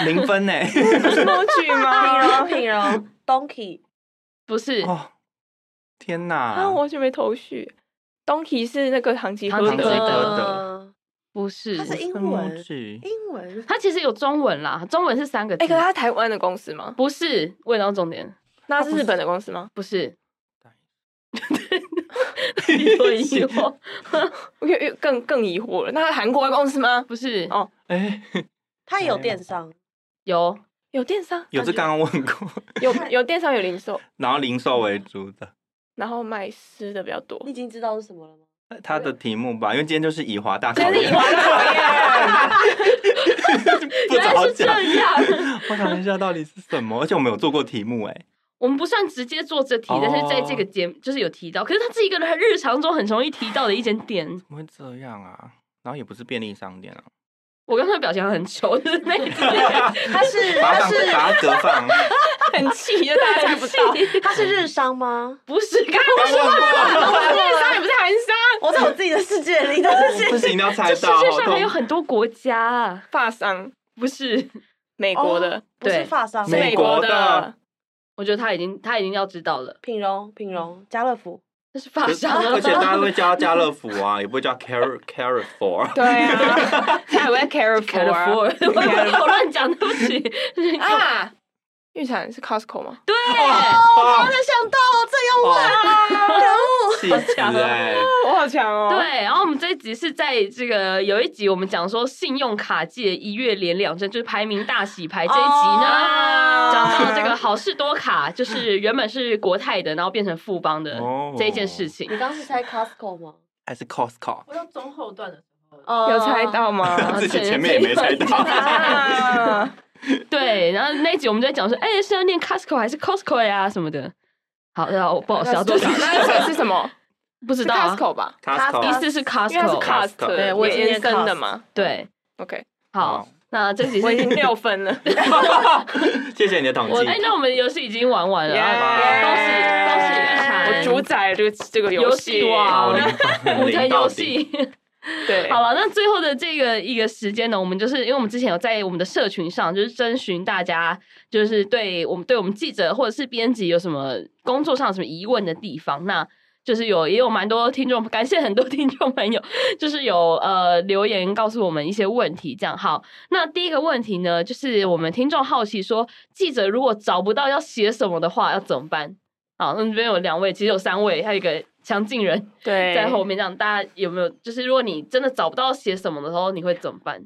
Speaker 4: 零分呢，
Speaker 3: 是 Mochi
Speaker 2: 品
Speaker 3: 吗？
Speaker 2: 荣品荣 Donkey
Speaker 1: 不是，
Speaker 4: 哦，天
Speaker 3: 啊，
Speaker 4: 哪，
Speaker 3: 我完全没头绪。Donkey 是那个唐吉诃
Speaker 1: 唐吉
Speaker 3: 德
Speaker 1: 诃
Speaker 3: 的
Speaker 1: 德
Speaker 2: 呃
Speaker 1: 不是
Speaker 2: 它，是英
Speaker 4: 是
Speaker 2: 文，
Speaker 4: Muji，
Speaker 2: 英文
Speaker 1: 它其实有中文啦，中文是三个字。
Speaker 3: 哎、可是它是台湾的公司吗？
Speaker 1: 不是，问到重点，
Speaker 3: 那是日本的公司吗？
Speaker 1: 不是。一多疑 惑，
Speaker 4: 哦
Speaker 3: 我越越更更疑惑了。那是韩国的公司吗？
Speaker 1: 不是
Speaker 3: 哦
Speaker 4: 哎，
Speaker 2: 它也有电商，
Speaker 1: 有
Speaker 3: 有电商，
Speaker 4: 有这刚刚问过，
Speaker 3: 有有电商有零售，
Speaker 4: 然后零售为主的。
Speaker 3: 然后卖吃的比较多
Speaker 2: 你已。经知道是什么了吗？
Speaker 4: 他的题目吧，因为呃今天就是以华大考
Speaker 3: 真
Speaker 4: 验，
Speaker 3: 是以华大考验，
Speaker 4: 不
Speaker 1: 原来
Speaker 4: 早
Speaker 1: 是这
Speaker 4: 讲。
Speaker 1: 样。
Speaker 4: 我想一下到底是什么，而且我们有做过题目哎、
Speaker 1: 我们不算直接做这题，
Speaker 4: 哦
Speaker 1: 但是在这个节目就是有提到，可是它是一个日常中很容易提到的一间店。
Speaker 4: 怎么会这样啊？然后也不是便利商店啊，
Speaker 1: 我刚才表情很丑，就是那一种
Speaker 2: 它 是
Speaker 4: 把
Speaker 2: 它
Speaker 4: 它当
Speaker 2: 是
Speaker 4: 把它折放，
Speaker 3: 很气，就大家猜不到。
Speaker 2: 它是日商吗？
Speaker 1: 不是，刚刚说
Speaker 3: 电商也不是韩商，
Speaker 2: 我在我自己的世界里，都 是
Speaker 4: 不行，一定要 猜
Speaker 1: 这世
Speaker 4: 到，啊
Speaker 1: 界
Speaker 4: 好
Speaker 1: 上还有
Speaker 4: 痛！
Speaker 1: 很多国家啊，
Speaker 3: 发商，
Speaker 1: 不是？
Speaker 3: 美国的，
Speaker 2: 哦不是
Speaker 1: 对
Speaker 2: 发商，
Speaker 3: 是
Speaker 4: 美
Speaker 3: 美
Speaker 4: 国
Speaker 3: 国
Speaker 4: 的
Speaker 3: 的，
Speaker 1: 我觉得他已经他已经要知道了，
Speaker 2: 品荣品荣家乐福。
Speaker 1: 这是发商啊，
Speaker 4: 而且大家会叫家乐福啊， 也不会叫 Car Carrefour。
Speaker 3: 对 啊，他也会 Carrefour 啊
Speaker 1: California，我我乱讲，对不起。
Speaker 3: 啊，哦玉产是 Costco 吗？
Speaker 1: 对，
Speaker 4: 哇，
Speaker 2: 想到这
Speaker 4: 哇
Speaker 2: 可恶！
Speaker 4: 哦气死哎！
Speaker 3: 我好强哦
Speaker 1: 对，，然后我们这一集是在这个有一集我们讲说信用卡界一月连两证，就是排名大洗牌这一集呢，
Speaker 3: 哦
Speaker 1: 讲到这个好事多卡，就是原本是国泰的，然后变成富邦的
Speaker 4: 哦
Speaker 1: 这一件事情
Speaker 2: 你。刚是猜 Costco 吗？
Speaker 4: 还是 Costco，
Speaker 5: 我到中后段的时候，
Speaker 2: 哦
Speaker 3: 有猜。到吗？
Speaker 4: 自己前面也没猜到。
Speaker 3: 啊，
Speaker 1: 对，然后那一集我们就在讲说，哎、是要念 Costco 还是 Costco 呀、什么的。好，然后不好意思，要多少？
Speaker 3: 那这啊个是什么？
Speaker 1: 不知
Speaker 3: 是
Speaker 1: 道、啊，
Speaker 3: Costco 吧？
Speaker 1: 意
Speaker 4: Costco，
Speaker 1: 思是
Speaker 3: 因为它是
Speaker 1: Costco，
Speaker 4: Costco
Speaker 3: Cost，
Speaker 2: 对我也是
Speaker 3: 延
Speaker 2: 念
Speaker 3: 伸
Speaker 2: Cost
Speaker 3: 的嘛。
Speaker 1: 对，
Speaker 3: OK，
Speaker 1: 好
Speaker 4: 好，
Speaker 1: 那这 集
Speaker 3: 我已经
Speaker 1: 是。
Speaker 3: 六 分了，
Speaker 4: 谢谢你的统
Speaker 1: 我
Speaker 4: 计啊
Speaker 1: 哎、。那我们游戏已经玩完了啊，
Speaker 4: Yeah
Speaker 1: 恭喜恭喜
Speaker 3: 耶
Speaker 1: 玉蝉
Speaker 3: 我主宰了这个这个游
Speaker 1: 游戏
Speaker 3: 戏
Speaker 1: 哇
Speaker 4: 好零分
Speaker 1: 舞台
Speaker 4: 零到
Speaker 1: 啊游
Speaker 4: 底。
Speaker 1: 戏。
Speaker 3: 对，
Speaker 1: 好了，那最后的这个一个时间呢，我们就是因为我们之前有在我们的社群上，就是征询大家，就是对我们对我们记者或者是编辑有什么工作上有什么疑问的地方，那。就是有也有蛮多听众，感谢很多听众朋友，就是有呃留言告诉我们一些问题，这样好。那第一个问题呢，就是我们听众好奇说，记者如果找不到要写什么的话，要怎么办？好，那这边有两位，其实有三位，还有一个强劲人，
Speaker 3: 对，
Speaker 1: 在后面这样，大家有没有就是如果你真的找不到写什么的时候，你会怎么办？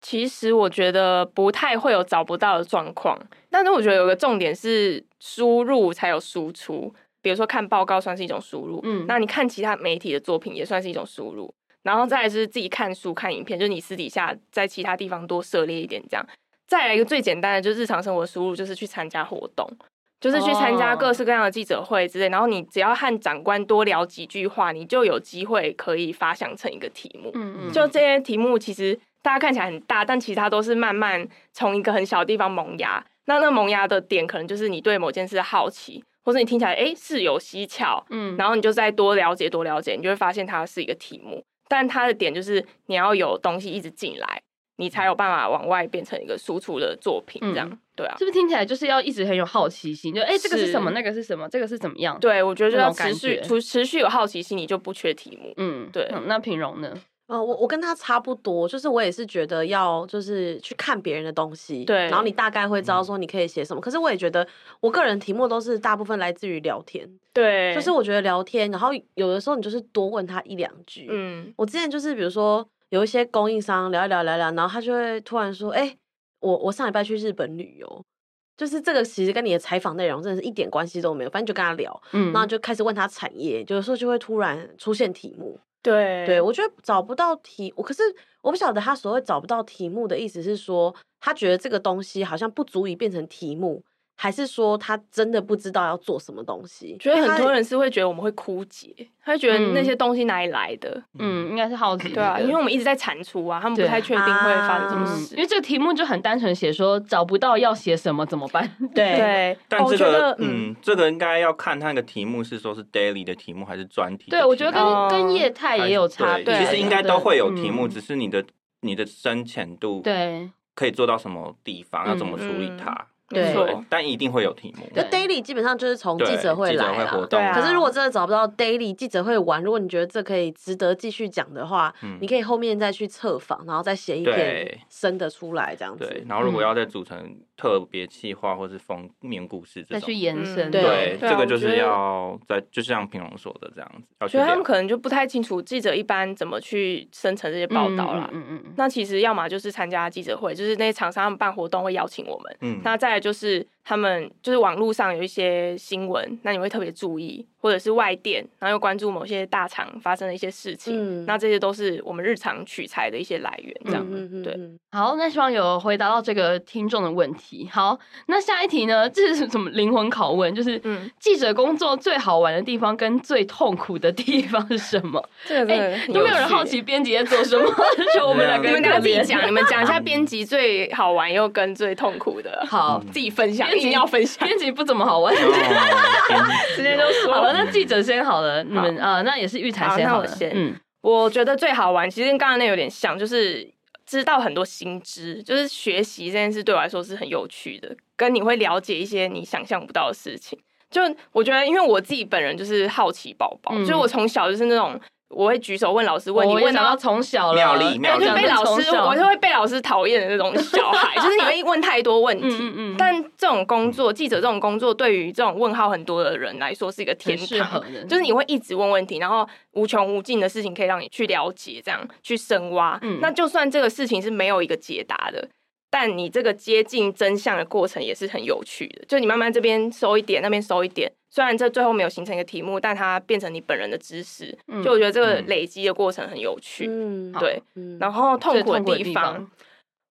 Speaker 3: 其实我觉得不太会有找不到的状况，但是我觉得有个重点是输入才有输出。比如说看报告算是一种输入，
Speaker 1: 嗯
Speaker 3: 嗯，那你看其他媒体的作品也算是一种输入，然后再来是自己看书、看影片，就是你私底下在其他地方多涉猎一点这样。再来一个最简单的，就是日常生活输入，就是去参加活动，就是去参加
Speaker 1: 哦
Speaker 3: 各式各样的记者会之类，然后你只要和长官多聊几句话，你就有机会可以发想成一个题目。
Speaker 1: 嗯
Speaker 3: 就这些题目，其实大家看起来很大，但其实它都是慢慢从一个很小的地方萌芽。那那萌芽的点，可能就是你对某件事的好奇，或是你听起来诶是有蹊跷，
Speaker 1: 嗯，
Speaker 3: 然后你就再多了解多了解，你就会发现它是一个题目。但它的点就是你要有东西一直进来，你才有办法往外变成一个输出的作品，这样、
Speaker 1: 嗯
Speaker 3: 对啊。
Speaker 1: 是不是听起来就是要一直很有好奇心？就哎、这个是
Speaker 3: 是
Speaker 1: 什么？那个是什么？这个是怎么样？，
Speaker 3: 对，我觉得就
Speaker 1: 那
Speaker 3: 要
Speaker 1: 种感
Speaker 3: 持续
Speaker 1: 觉
Speaker 3: 持持续有好奇心，你就不缺题目。
Speaker 1: 嗯，
Speaker 3: 对
Speaker 1: 嗯那品荣呢？
Speaker 2: 呃，我我跟他差不多，就是我也是觉得要就是去看别人的东西，
Speaker 3: 对
Speaker 2: 然后你大概会知道说你可以写什么。可是我也觉得，我个人题目都是大部分来自于聊天，
Speaker 3: 对，
Speaker 2: 就是我觉得聊天，然后有的时候你就是多问他一两句。
Speaker 3: 嗯，
Speaker 2: 我之前就是比如说有一些供应商聊一聊聊一聊，然后他就会突然说：“哎、我我上礼拜去日本旅游。”就是这个其实跟你的采访内容真的是一点关系都没有，反正就跟他聊，
Speaker 1: 嗯，
Speaker 2: 然后就开始问他产业，有的时候就会突然出现题目。
Speaker 3: 对
Speaker 2: 对，我觉得找不到题，我可是我不晓得他所谓找不到题目的意思是说，他觉得这个东西好像不足以变成题目，还是说他真的不知道要做什么东西？
Speaker 3: 觉得
Speaker 2: 因为
Speaker 3: 很
Speaker 2: 他
Speaker 3: 多人是会觉得我们会枯竭，他会觉得那
Speaker 1: 嗯
Speaker 3: 些东西哪里来的，
Speaker 1: 嗯，应该是好奇，
Speaker 3: 对啊，因为我们一直在产出啊，他们
Speaker 1: 对
Speaker 3: 不太确定会发生什么
Speaker 1: 嗯，
Speaker 3: 事。
Speaker 1: 因为这个题目就很单纯，写说找不到要写什么怎么办？
Speaker 2: 对
Speaker 3: 对，
Speaker 4: 但
Speaker 3: 哦我
Speaker 4: 这
Speaker 3: 觉
Speaker 4: 个
Speaker 3: 得，
Speaker 4: 嗯，这个应该要看它那个题目是说是 daily 的题目还是专题的题目。
Speaker 1: 对，我觉得跟、
Speaker 3: 哦
Speaker 1: 跟业态也有差
Speaker 4: 对
Speaker 1: 别，
Speaker 4: 其实应该都会有题目，
Speaker 1: 嗯
Speaker 4: 只是你的你的深浅度，，
Speaker 1: 对，
Speaker 4: 可以做到什么地方，要怎么处理
Speaker 3: 嗯
Speaker 4: 它，
Speaker 2: 对
Speaker 4: 对
Speaker 3: 没错，，
Speaker 4: 但一定会有题目。
Speaker 2: 就
Speaker 1: 对
Speaker 2: daily 基本上就是从
Speaker 4: 对
Speaker 2: 记者会
Speaker 4: 记
Speaker 2: 来
Speaker 4: 会活
Speaker 2: 啦。
Speaker 4: 动，
Speaker 3: 对啊
Speaker 2: 可是如果真的找不到 daily 记者会玩，如果你觉得这可以值得继续讲的话，
Speaker 4: 嗯
Speaker 2: 你可以后面再去测访，然后再写一篇
Speaker 4: 对
Speaker 2: 生的出来这样子。
Speaker 4: 对，然后如果
Speaker 1: 嗯
Speaker 4: 要再组成特别企划或是封面故事这
Speaker 1: 再去
Speaker 4: 种，
Speaker 1: 延伸，
Speaker 3: 嗯
Speaker 2: 对
Speaker 4: 对，
Speaker 3: 对啊
Speaker 4: 这个
Speaker 3: 我
Speaker 4: 就
Speaker 3: 觉得
Speaker 4: 是要在，就像平荣说的这样子，要去
Speaker 3: 觉得他们
Speaker 4: 聊。
Speaker 3: 可能就不太清楚记者一般怎么去生成这些报道啦。
Speaker 1: 嗯嗯嗯
Speaker 3: 那其实要么就是参加记者会，就是那些厂商他们办活动会邀请我们。
Speaker 4: 嗯
Speaker 3: 那再来就是他们就是网络上有一些新闻，那你会特别注意，或者是外电，然后又关注某些大厂发生的一些事情。
Speaker 2: 嗯，
Speaker 3: 那这些都是我们日常取材的一些来源，这样。
Speaker 2: 嗯嗯嗯
Speaker 3: 对
Speaker 2: 嗯
Speaker 1: 好，那希望有回答到这个听众的问题。好，那下一题呢？这是什么灵魂拷问？就是
Speaker 3: 嗯
Speaker 1: 记者工作最好玩的地方跟最痛苦的地方是什么？
Speaker 3: 这个
Speaker 1: 哎、都没有人好奇编辑在做什么， 就我们两个
Speaker 3: 啊你
Speaker 1: 人
Speaker 3: 们呃大家自己
Speaker 1: 可怜
Speaker 3: 讲，你们讲一下编辑最好玩又跟最痛苦 的，
Speaker 1: 好，
Speaker 3: 自己分享，
Speaker 1: 编
Speaker 3: 一
Speaker 1: 辑
Speaker 3: 定要分享。
Speaker 1: 编辑不怎么好
Speaker 4: 哦
Speaker 1: 玩。
Speaker 4: 直
Speaker 3: 直接就说
Speaker 1: 好了，那记者先好了，你们啊、那也是玉
Speaker 3: 好
Speaker 1: 才先
Speaker 3: 那
Speaker 1: 好
Speaker 3: 我
Speaker 1: 了。
Speaker 3: 先
Speaker 1: 嗯，
Speaker 3: 我觉得最好玩，其实跟刚刚那有点像，就是知道很多新知，就是学习这件事对我来说是很有趣的，跟你会了解一些你想象不到的事情。就我觉得，因为我自己本人就是好奇宝宝，
Speaker 1: 嗯
Speaker 3: 就是我从小就是那种我会举手问老师问题，
Speaker 1: 哦我也
Speaker 3: 问哦
Speaker 1: 想到
Speaker 3: 到。
Speaker 1: 从小了，哎
Speaker 4: 妙丽妙
Speaker 3: 但
Speaker 4: 丽
Speaker 3: 是
Speaker 1: 讲
Speaker 3: 被
Speaker 1: 到
Speaker 3: 老
Speaker 1: 从
Speaker 3: 师，
Speaker 1: 小
Speaker 3: 我就会被老师讨厌的那种小 孩，就是你会问太多问题，
Speaker 1: 嗯嗯嗯，
Speaker 3: 但这种工
Speaker 1: 嗯
Speaker 3: 作，记者这种工作，对于这种问号很多的人来说是一个天
Speaker 1: 挺适合
Speaker 3: 堂，
Speaker 1: 的，
Speaker 3: 就是你会一直问问题，然后无穷无尽的事情可以让你去了解，这样去深挖。
Speaker 1: 嗯
Speaker 3: 那就算这个事情是没有一个解答的，但你这个接近真相的过程也是很有趣的，就你慢慢这边收一点，那边收一点。虽然这最后没有形成一个题目，但它变成你本人的知识，
Speaker 1: 嗯
Speaker 3: 就我觉得这个
Speaker 4: 嗯
Speaker 3: 累积的过程很有趣。
Speaker 2: 嗯，
Speaker 1: 好
Speaker 3: 对，
Speaker 2: 嗯
Speaker 3: 然后痛
Speaker 1: 最
Speaker 3: 苦的
Speaker 1: 痛苦的
Speaker 3: 地
Speaker 1: 地
Speaker 3: 方
Speaker 1: 方，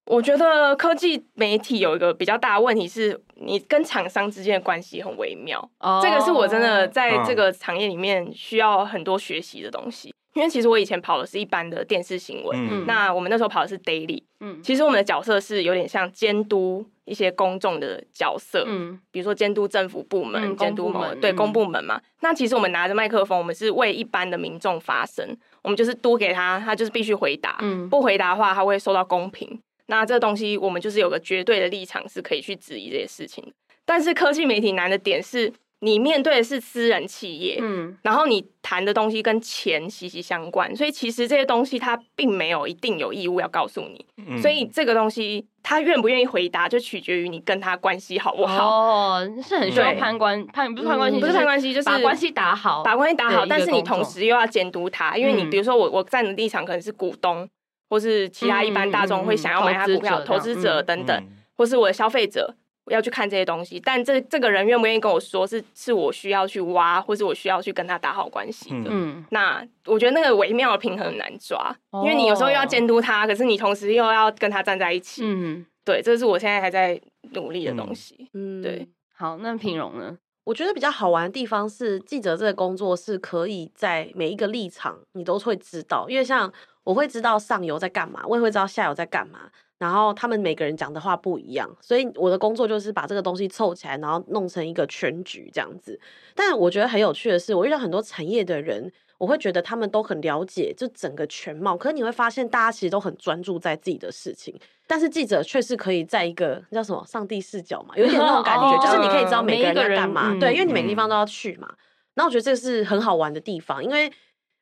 Speaker 3: 我觉得科技媒体有一个比较大的问题是，你跟厂商之间的关系很微妙。
Speaker 1: 哦
Speaker 3: 这个是我真的在这个行业里面需要很多学习的东西，因为其实我以前跑的是一般的电视新闻，
Speaker 4: 嗯
Speaker 3: 那我们那时候跑的是 daily，
Speaker 1: 嗯
Speaker 3: 其实我们的角色是有点像监督一些公众的角色，
Speaker 1: 嗯
Speaker 3: 比如说监督政府部门、
Speaker 1: 嗯
Speaker 3: 监督
Speaker 1: 公部
Speaker 3: 某
Speaker 1: 门
Speaker 3: 对
Speaker 1: 嗯
Speaker 3: 公部门嘛。那其实我们拿着麦克风，我们是为一般的民众发声，我们就是多给他，他就是必须回答，
Speaker 1: 嗯
Speaker 3: 不回答的话，他会受到公平。那这东西我们就是有个绝对的立场，是可以去质疑这些事情的。但是科技媒体难的点是，你面对的是私人企业，
Speaker 1: 嗯
Speaker 3: 然后你谈的东西跟钱息息相关，所以其实这些东西它并没有一定有义务要告诉你。
Speaker 4: 嗯
Speaker 3: 所以这个东西他愿不愿意回答，就取决于你跟他关系好不好。
Speaker 1: 哦，是很需要
Speaker 4: 对
Speaker 1: 攀关攀不是攀
Speaker 2: 嗯
Speaker 1: 关系，
Speaker 3: 不是攀关系，就是
Speaker 1: 把关系打好，
Speaker 3: 把关系打好，
Speaker 1: 对
Speaker 3: 但是
Speaker 1: 一
Speaker 3: 你
Speaker 1: 个工
Speaker 3: 同
Speaker 1: 作
Speaker 3: 时又要监督他，因为你
Speaker 1: 嗯
Speaker 3: 比如说我我站的立场可能是股东，或是其他一般大众会想要买他股
Speaker 1: 嗯嗯
Speaker 3: 票，
Speaker 1: 嗯嗯嗯
Speaker 3: 投资者
Speaker 1: 嗯
Speaker 3: 等等，
Speaker 4: 嗯
Speaker 3: 或是我的消费者。要去看这些东西，但这这个人愿不愿意跟我说，是是我需要去挖，或是我需要去跟他打好关系的。
Speaker 1: 嗯，
Speaker 3: 那我觉得那个微妙的平衡很难抓，因为你有时候又要监督他，可是你同时又要跟他站在一起。
Speaker 1: 哦嗯，
Speaker 3: 对，这是我现在还在努力的东西。
Speaker 2: 嗯
Speaker 3: 对，
Speaker 1: 好，那品荣呢？
Speaker 2: 我觉得比较好玩的地方是，记者这个工作是可以在每一个立场你都会知道，因为像我会知道上游在干嘛，我也会知道下游在干嘛，然后他们每个人讲的话不一样，所以我的工作就是把这个东西凑起来，然后弄成一个全局这样子。但我觉得很有趣的是，我遇到很多产业的人，我会觉得他们都很了解就整个全貌，可是你会发现大家其实都很专注在自己的事情，但是记者却是可以在一个那叫什么上帝视角嘛，有一点那种感 觉，
Speaker 1: 哦
Speaker 2: 就是你可以知道每个人
Speaker 1: 每一
Speaker 2: 在
Speaker 1: 个人
Speaker 2: 干嘛，
Speaker 1: 嗯
Speaker 2: 对，因为你每个地方都要去嘛。那我觉得这是很好玩的地方，因为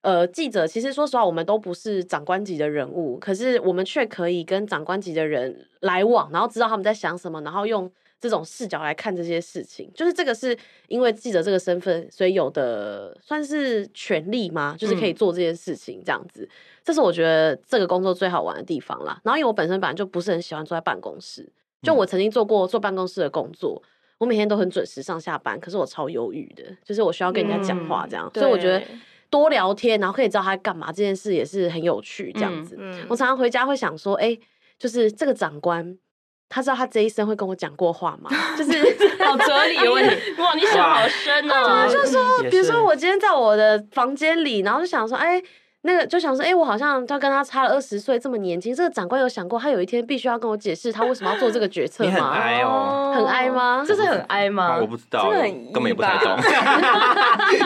Speaker 2: 呃，记者其实说实话，我们都不是长官级的人物，可是我们却可以跟长官级的人来往，然后知道他们在想什么，然后用这种视角来看这些事情。就是这个是因为记者这个身份，所以有的算是权利吗？就是
Speaker 3: 嗯
Speaker 2: 可以做这件事情这样子。这是我觉得这个工作最好玩的地方啦。然后因为我本身本来就不是很喜欢坐在办公室，就
Speaker 3: 嗯
Speaker 2: 我曾经做过坐办公室的工作，我每天都很准时上下班，可是我超忧郁的，就是我需要跟人家讲话这样，
Speaker 3: 嗯
Speaker 2: 所以我觉得
Speaker 3: 对
Speaker 2: 多聊天，然后可以知道他在干嘛这件事也是很有趣这样子。
Speaker 3: 嗯
Speaker 2: 我常常回家会想说，哎、就是这个长官。他知道他这一生会跟我讲过话吗？ 就是
Speaker 3: 好哲理的问题。
Speaker 1: 哇，你想好深
Speaker 4: 哇
Speaker 1: 哦
Speaker 4: 对啊！
Speaker 2: 就是说，
Speaker 4: 也
Speaker 2: 比如说
Speaker 4: 是
Speaker 2: 我今天在我的房间里，然后就想说，哎、那个就想说，哎、我好像要跟他差了二十岁，这么年轻。这个长官有想过，他有一天必须要跟我解释他为什么要做这个决策
Speaker 4: 你很
Speaker 2: 吗？
Speaker 4: 哀哦，
Speaker 2: 很哀吗？
Speaker 1: 这是很哀吗
Speaker 4: 啊我？不知道，
Speaker 3: 真的
Speaker 4: 我
Speaker 3: 很一
Speaker 4: 根本也不太
Speaker 3: 吧
Speaker 4: 懂，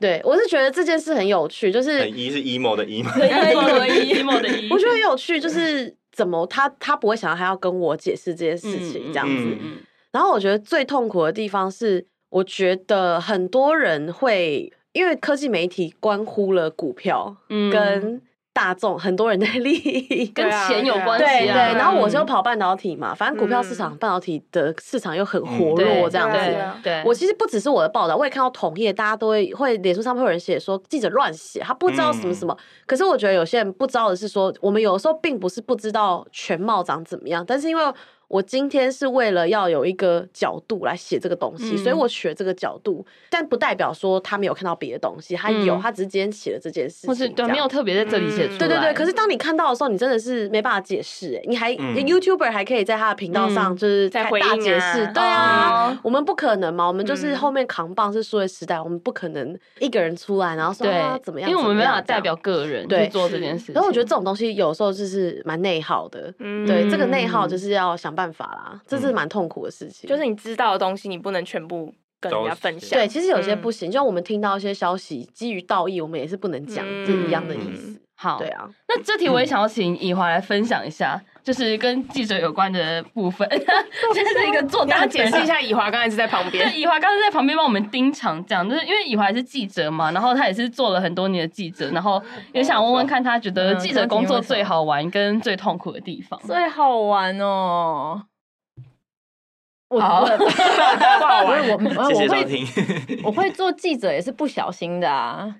Speaker 2: 对我是觉得这件事很有趣，就是
Speaker 4: 很 E，一是 emo 的 emo，
Speaker 1: emo 的 emo 的 e，
Speaker 2: 我觉得很有趣，就是怎么他他不会想到他要跟我解释这件事情这样子。
Speaker 1: 嗯嗯
Speaker 2: 然后我觉得最痛苦的地方是，我觉得很多人会因为科技媒体关乎了股票，
Speaker 1: 嗯
Speaker 2: 跟大众很多人的利益。
Speaker 1: 跟
Speaker 3: 对啊
Speaker 1: 钱有
Speaker 3: 对啊
Speaker 1: 关系
Speaker 2: 对
Speaker 1: 啊。
Speaker 2: 对，
Speaker 3: 啊
Speaker 2: 然后我
Speaker 1: 嗯
Speaker 2: 是又跑半导体嘛，反正股票市场、半导体的市场又很活络，
Speaker 1: 对
Speaker 2: 嗯这样子。
Speaker 3: 对啊
Speaker 1: 对，
Speaker 2: 我其实不只是我的报道，我也看到同业大家都会会脸书上面会有人写说记者乱写，他不知道什
Speaker 1: 嗯
Speaker 2: 么什么。可是我觉得有些人不知道的是说，我们有的时候并不是不知道全貌长怎么样，但是因为我今天是为了要有一个角度来写这个东西，
Speaker 1: 嗯
Speaker 2: 所以我选这个角度，但不代表说他没有看到别的东西，他有，
Speaker 1: 嗯
Speaker 2: 他只是今天写了这件事情，
Speaker 1: 或是
Speaker 2: 这
Speaker 1: 对
Speaker 2: 样嗯
Speaker 1: 没有特别在这里写出来。
Speaker 2: 对对对，可是当你看到的时候，你真的是没办法解释、欸。你还、
Speaker 4: 嗯
Speaker 2: YouTuber 还可以在他的频道上
Speaker 1: 嗯
Speaker 2: 就是
Speaker 3: 再
Speaker 2: 开
Speaker 3: 回应
Speaker 2: 大
Speaker 3: 啊
Speaker 2: 解释，对
Speaker 1: 哦
Speaker 2: 啊，我们不可能嘛，我们就是
Speaker 3: 嗯
Speaker 2: 后面扛棒是数位时代，我们不可能一个人出来然后说
Speaker 1: 对
Speaker 2: 啊怎么样，
Speaker 1: 因为我们没
Speaker 2: 怎
Speaker 1: 办
Speaker 2: 么样
Speaker 1: 法代表。个人
Speaker 2: 对
Speaker 1: 去做这件事情。
Speaker 2: 然后我觉得这种东西有时候就是蛮内耗的，
Speaker 3: 嗯
Speaker 2: 对，这个内耗就是要想办法啦，这嗯是蛮痛苦的事情。
Speaker 3: 就是你知道的东西，你不能全部跟人家分享。
Speaker 2: 对， 其实有些
Speaker 3: 嗯
Speaker 2: 不行，就我们听到一些消息，基于道义，我们也是不能讲，
Speaker 3: 嗯
Speaker 2: 是一样的意思。
Speaker 1: 好，
Speaker 2: 对啊，
Speaker 1: 那这题我也想要请以华来分享一下，就是跟记者有关的部分。 这是一个做
Speaker 3: 你要
Speaker 1: 大
Speaker 3: 解释一。下，以华刚才是在旁
Speaker 1: 对，
Speaker 3: 边，
Speaker 1: 以华刚才在旁边帮我们盯场，这样就是因为以华也是记者嘛，然后他也是做了很多年的记者，然后也想问问看他觉得
Speaker 5: 嗯
Speaker 1: 记者工作最好玩跟最痛苦的地方。
Speaker 5: 最好玩哦。我
Speaker 1: 好
Speaker 5: 我 我我
Speaker 4: 谢谢
Speaker 5: 啊我
Speaker 4: 收
Speaker 5: 会
Speaker 4: 听，
Speaker 5: 我会做记者也是不小心的啊，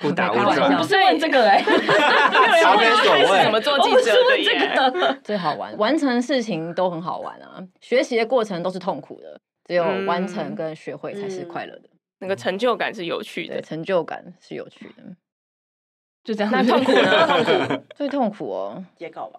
Speaker 4: 不打
Speaker 5: 开
Speaker 4: 误
Speaker 5: 玩
Speaker 1: 我
Speaker 5: 笑
Speaker 1: 不
Speaker 4: 撞，
Speaker 1: 是问这个哎、
Speaker 4: 小点所
Speaker 3: 是 怎么
Speaker 4: 谓，
Speaker 3: 做
Speaker 1: 我
Speaker 3: 记
Speaker 1: 不是
Speaker 3: 者的
Speaker 1: 问这
Speaker 3: 耶？
Speaker 1: 个 的。
Speaker 5: 最好玩，完成的事情都很好玩啊，学习的过程都是痛苦的，只有
Speaker 3: 嗯
Speaker 5: 完成跟学会才是快乐的，
Speaker 4: 嗯
Speaker 3: 那个成就感是有趣
Speaker 5: 对，
Speaker 3: 的，
Speaker 5: 成就感是有趣 的。
Speaker 1: 就这样，
Speaker 3: 那痛苦呢？痛苦
Speaker 5: 最痛苦哦，
Speaker 2: 截稿吧。